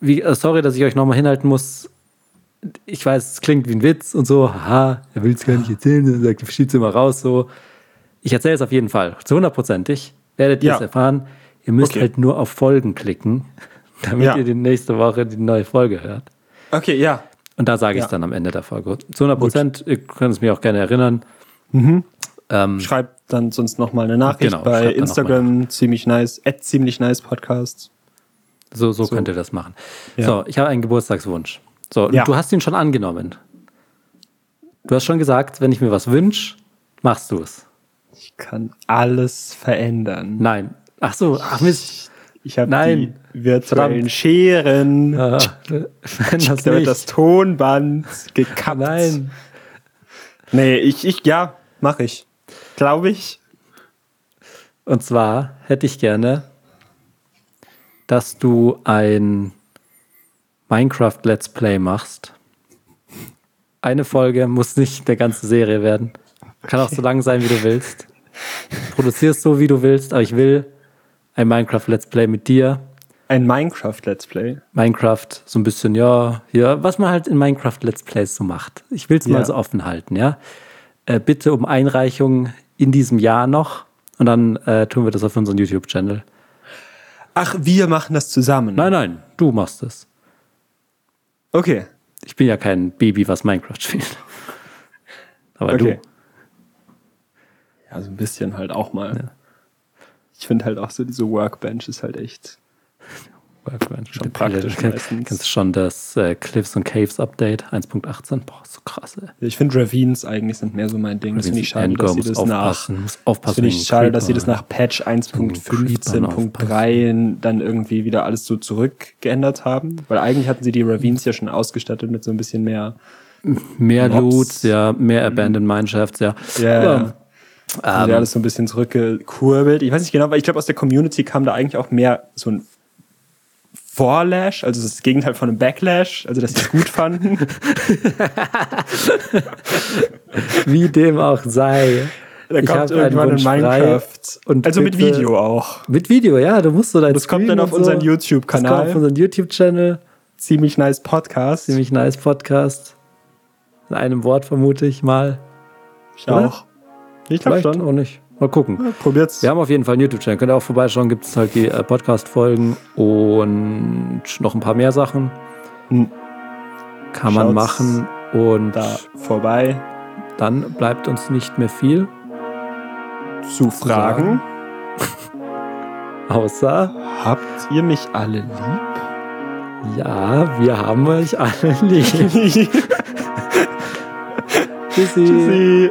Speaker 2: wie, äh, sorry, dass ich euch nochmal hinhalten muss. Ich weiß, es klingt wie ein Witz und so, haha, er will es gar nicht erzählen, er sagt, schiebt es immer raus, so. Ich erzähle es auf jeden Fall, zu hundertprozentig. Werdet ihr
Speaker 1: Ja.
Speaker 2: es erfahren. Ihr müsst
Speaker 1: Okay.
Speaker 2: halt nur auf Folgen klicken, damit
Speaker 1: Ja.
Speaker 2: ihr die nächste Woche die neue Folge hört.
Speaker 1: Okay, ja.
Speaker 2: Und da sage ich
Speaker 1: Ja.
Speaker 2: es dann am Ende der Folge. Zu 100 Prozent, ihr könnt es mir auch gerne erinnern. Ähm,
Speaker 1: Schreib dann sonst noch mal eine Nachricht
Speaker 2: Genau, schreib
Speaker 1: bei
Speaker 2: dann noch
Speaker 1: Instagram, ziemlich nice, at ziemlich nice Podcast.
Speaker 2: So, so, könnt ihr das machen.
Speaker 1: Ja.
Speaker 2: So, ich habe einen Geburtstagswunsch. So, und
Speaker 1: Ja.
Speaker 2: du hast ihn schon angenommen. Du hast schon gesagt, wenn ich mir was wünsche, machst du es.
Speaker 1: Ich kann alles verändern.
Speaker 2: Nein. Ach so, ach Mist.
Speaker 1: Ich habe die
Speaker 2: Nein.
Speaker 1: virtuellen
Speaker 2: Verdammt.
Speaker 1: Scheren,
Speaker 2: Äh, wenn das
Speaker 1: da wird
Speaker 2: nicht.
Speaker 1: das Tonband gekappt.
Speaker 2: Nein.
Speaker 1: Nee, ich, ich, ja, mache ich. Glaube ich.
Speaker 2: Und zwar hätte ich gerne, dass du ein Minecraft Let's Play machst. Eine Folge muss nicht eine ganze Serie werden. Kann auch so lang sein, wie du willst. Produzierst so, wie du willst, aber ich will ein Minecraft Let's Play mit dir.
Speaker 1: Ein Minecraft-Let's Play.
Speaker 2: Minecraft so ein bisschen, ja, ja, was man halt in Minecraft Let's Plays so macht. Ich will es
Speaker 1: Ja.
Speaker 2: mal so offen halten, ja. Äh, bitte um Einreichungen in diesem Jahr noch und dann äh, tun wir das auf unseren YouTube-Channel.
Speaker 1: Ach, wir machen das zusammen.
Speaker 2: Nein, nein, du machst es.
Speaker 1: Okay.
Speaker 2: Ich bin ja kein Baby, was Minecraft spielt. Aber
Speaker 1: Okay.
Speaker 2: du.
Speaker 1: Ja, so ein bisschen halt auch mal. Ich finde halt auch so, diese Workbench ist halt echt.
Speaker 2: Schon
Speaker 1: praktisch meistens.
Speaker 2: Kennst schon das äh, Cliffs und Caves Update 1.18? Boah, so krass, ey.
Speaker 1: Ich finde Ravines eigentlich sind mehr so mein Ding. Das finde ich schade, dass sie das nach.
Speaker 2: aufpassen, muss
Speaker 1: Das
Speaker 2: aufpassen.
Speaker 1: finde ich
Speaker 2: wegen
Speaker 1: schade, dass sie das
Speaker 2: Creeper.
Speaker 1: nach Patch
Speaker 2: Wegen Creepern
Speaker 1: 1.15.3 dann irgendwie wieder alles so zurückgeändert haben. Weil eigentlich hatten sie die Ravines ja schon ausgestattet mit so ein bisschen mehr
Speaker 2: Mehr
Speaker 1: Mobs.
Speaker 2: Loots, ja, mehr Abandoned Mineshafts, ja.
Speaker 1: Ja,
Speaker 2: Aber,
Speaker 1: ja. Ähm, alles so ein bisschen zurückgekurbelt. Ich weiß nicht genau, weil ich glaube, aus der Community kam da eigentlich auch mehr so ein Vorlash, also das Gegenteil von einem Backlash, also dass sie es gut fanden.
Speaker 2: Wie dem auch sei.
Speaker 1: Da
Speaker 2: Ich
Speaker 1: kommt
Speaker 2: hab einen
Speaker 1: irgendwann in
Speaker 2: Wunsch frei
Speaker 1: Minecraft.
Speaker 2: und
Speaker 1: also mit
Speaker 2: bitte-
Speaker 1: Video auch.
Speaker 2: Mit Video, ja, du musst so dein
Speaker 1: Das kommt
Speaker 2: Stream
Speaker 1: dann auf
Speaker 2: und
Speaker 1: unseren
Speaker 2: Das kommt auf
Speaker 1: YouTube-Kanal.
Speaker 2: unseren YouTube-Channel.
Speaker 1: Ziemlich nice Podcast.
Speaker 2: Ziemlich nice Podcast. In einem Wort vermute ich mal.
Speaker 1: ich auch. Ich glaube
Speaker 2: Vielleicht
Speaker 1: schon.
Speaker 2: auch nicht. Mal gucken.
Speaker 1: Probiert's.
Speaker 2: Wir haben auf jeden Fall einen YouTube-Channel. Könnt ihr auch vorbeischauen. Gibt es halt die äh, Podcast-Folgen und noch ein paar mehr Sachen.
Speaker 1: Hm.
Speaker 2: Kann man
Speaker 1: Schaut's
Speaker 2: machen. Und
Speaker 1: Da vorbei
Speaker 2: dann bleibt uns nicht mehr viel,
Speaker 1: zu fragen.
Speaker 2: außer,
Speaker 1: Habt ihr mich alle lieb?
Speaker 2: ja, wir haben euch alle lieb. Tschüssi.
Speaker 1: Tschüssi.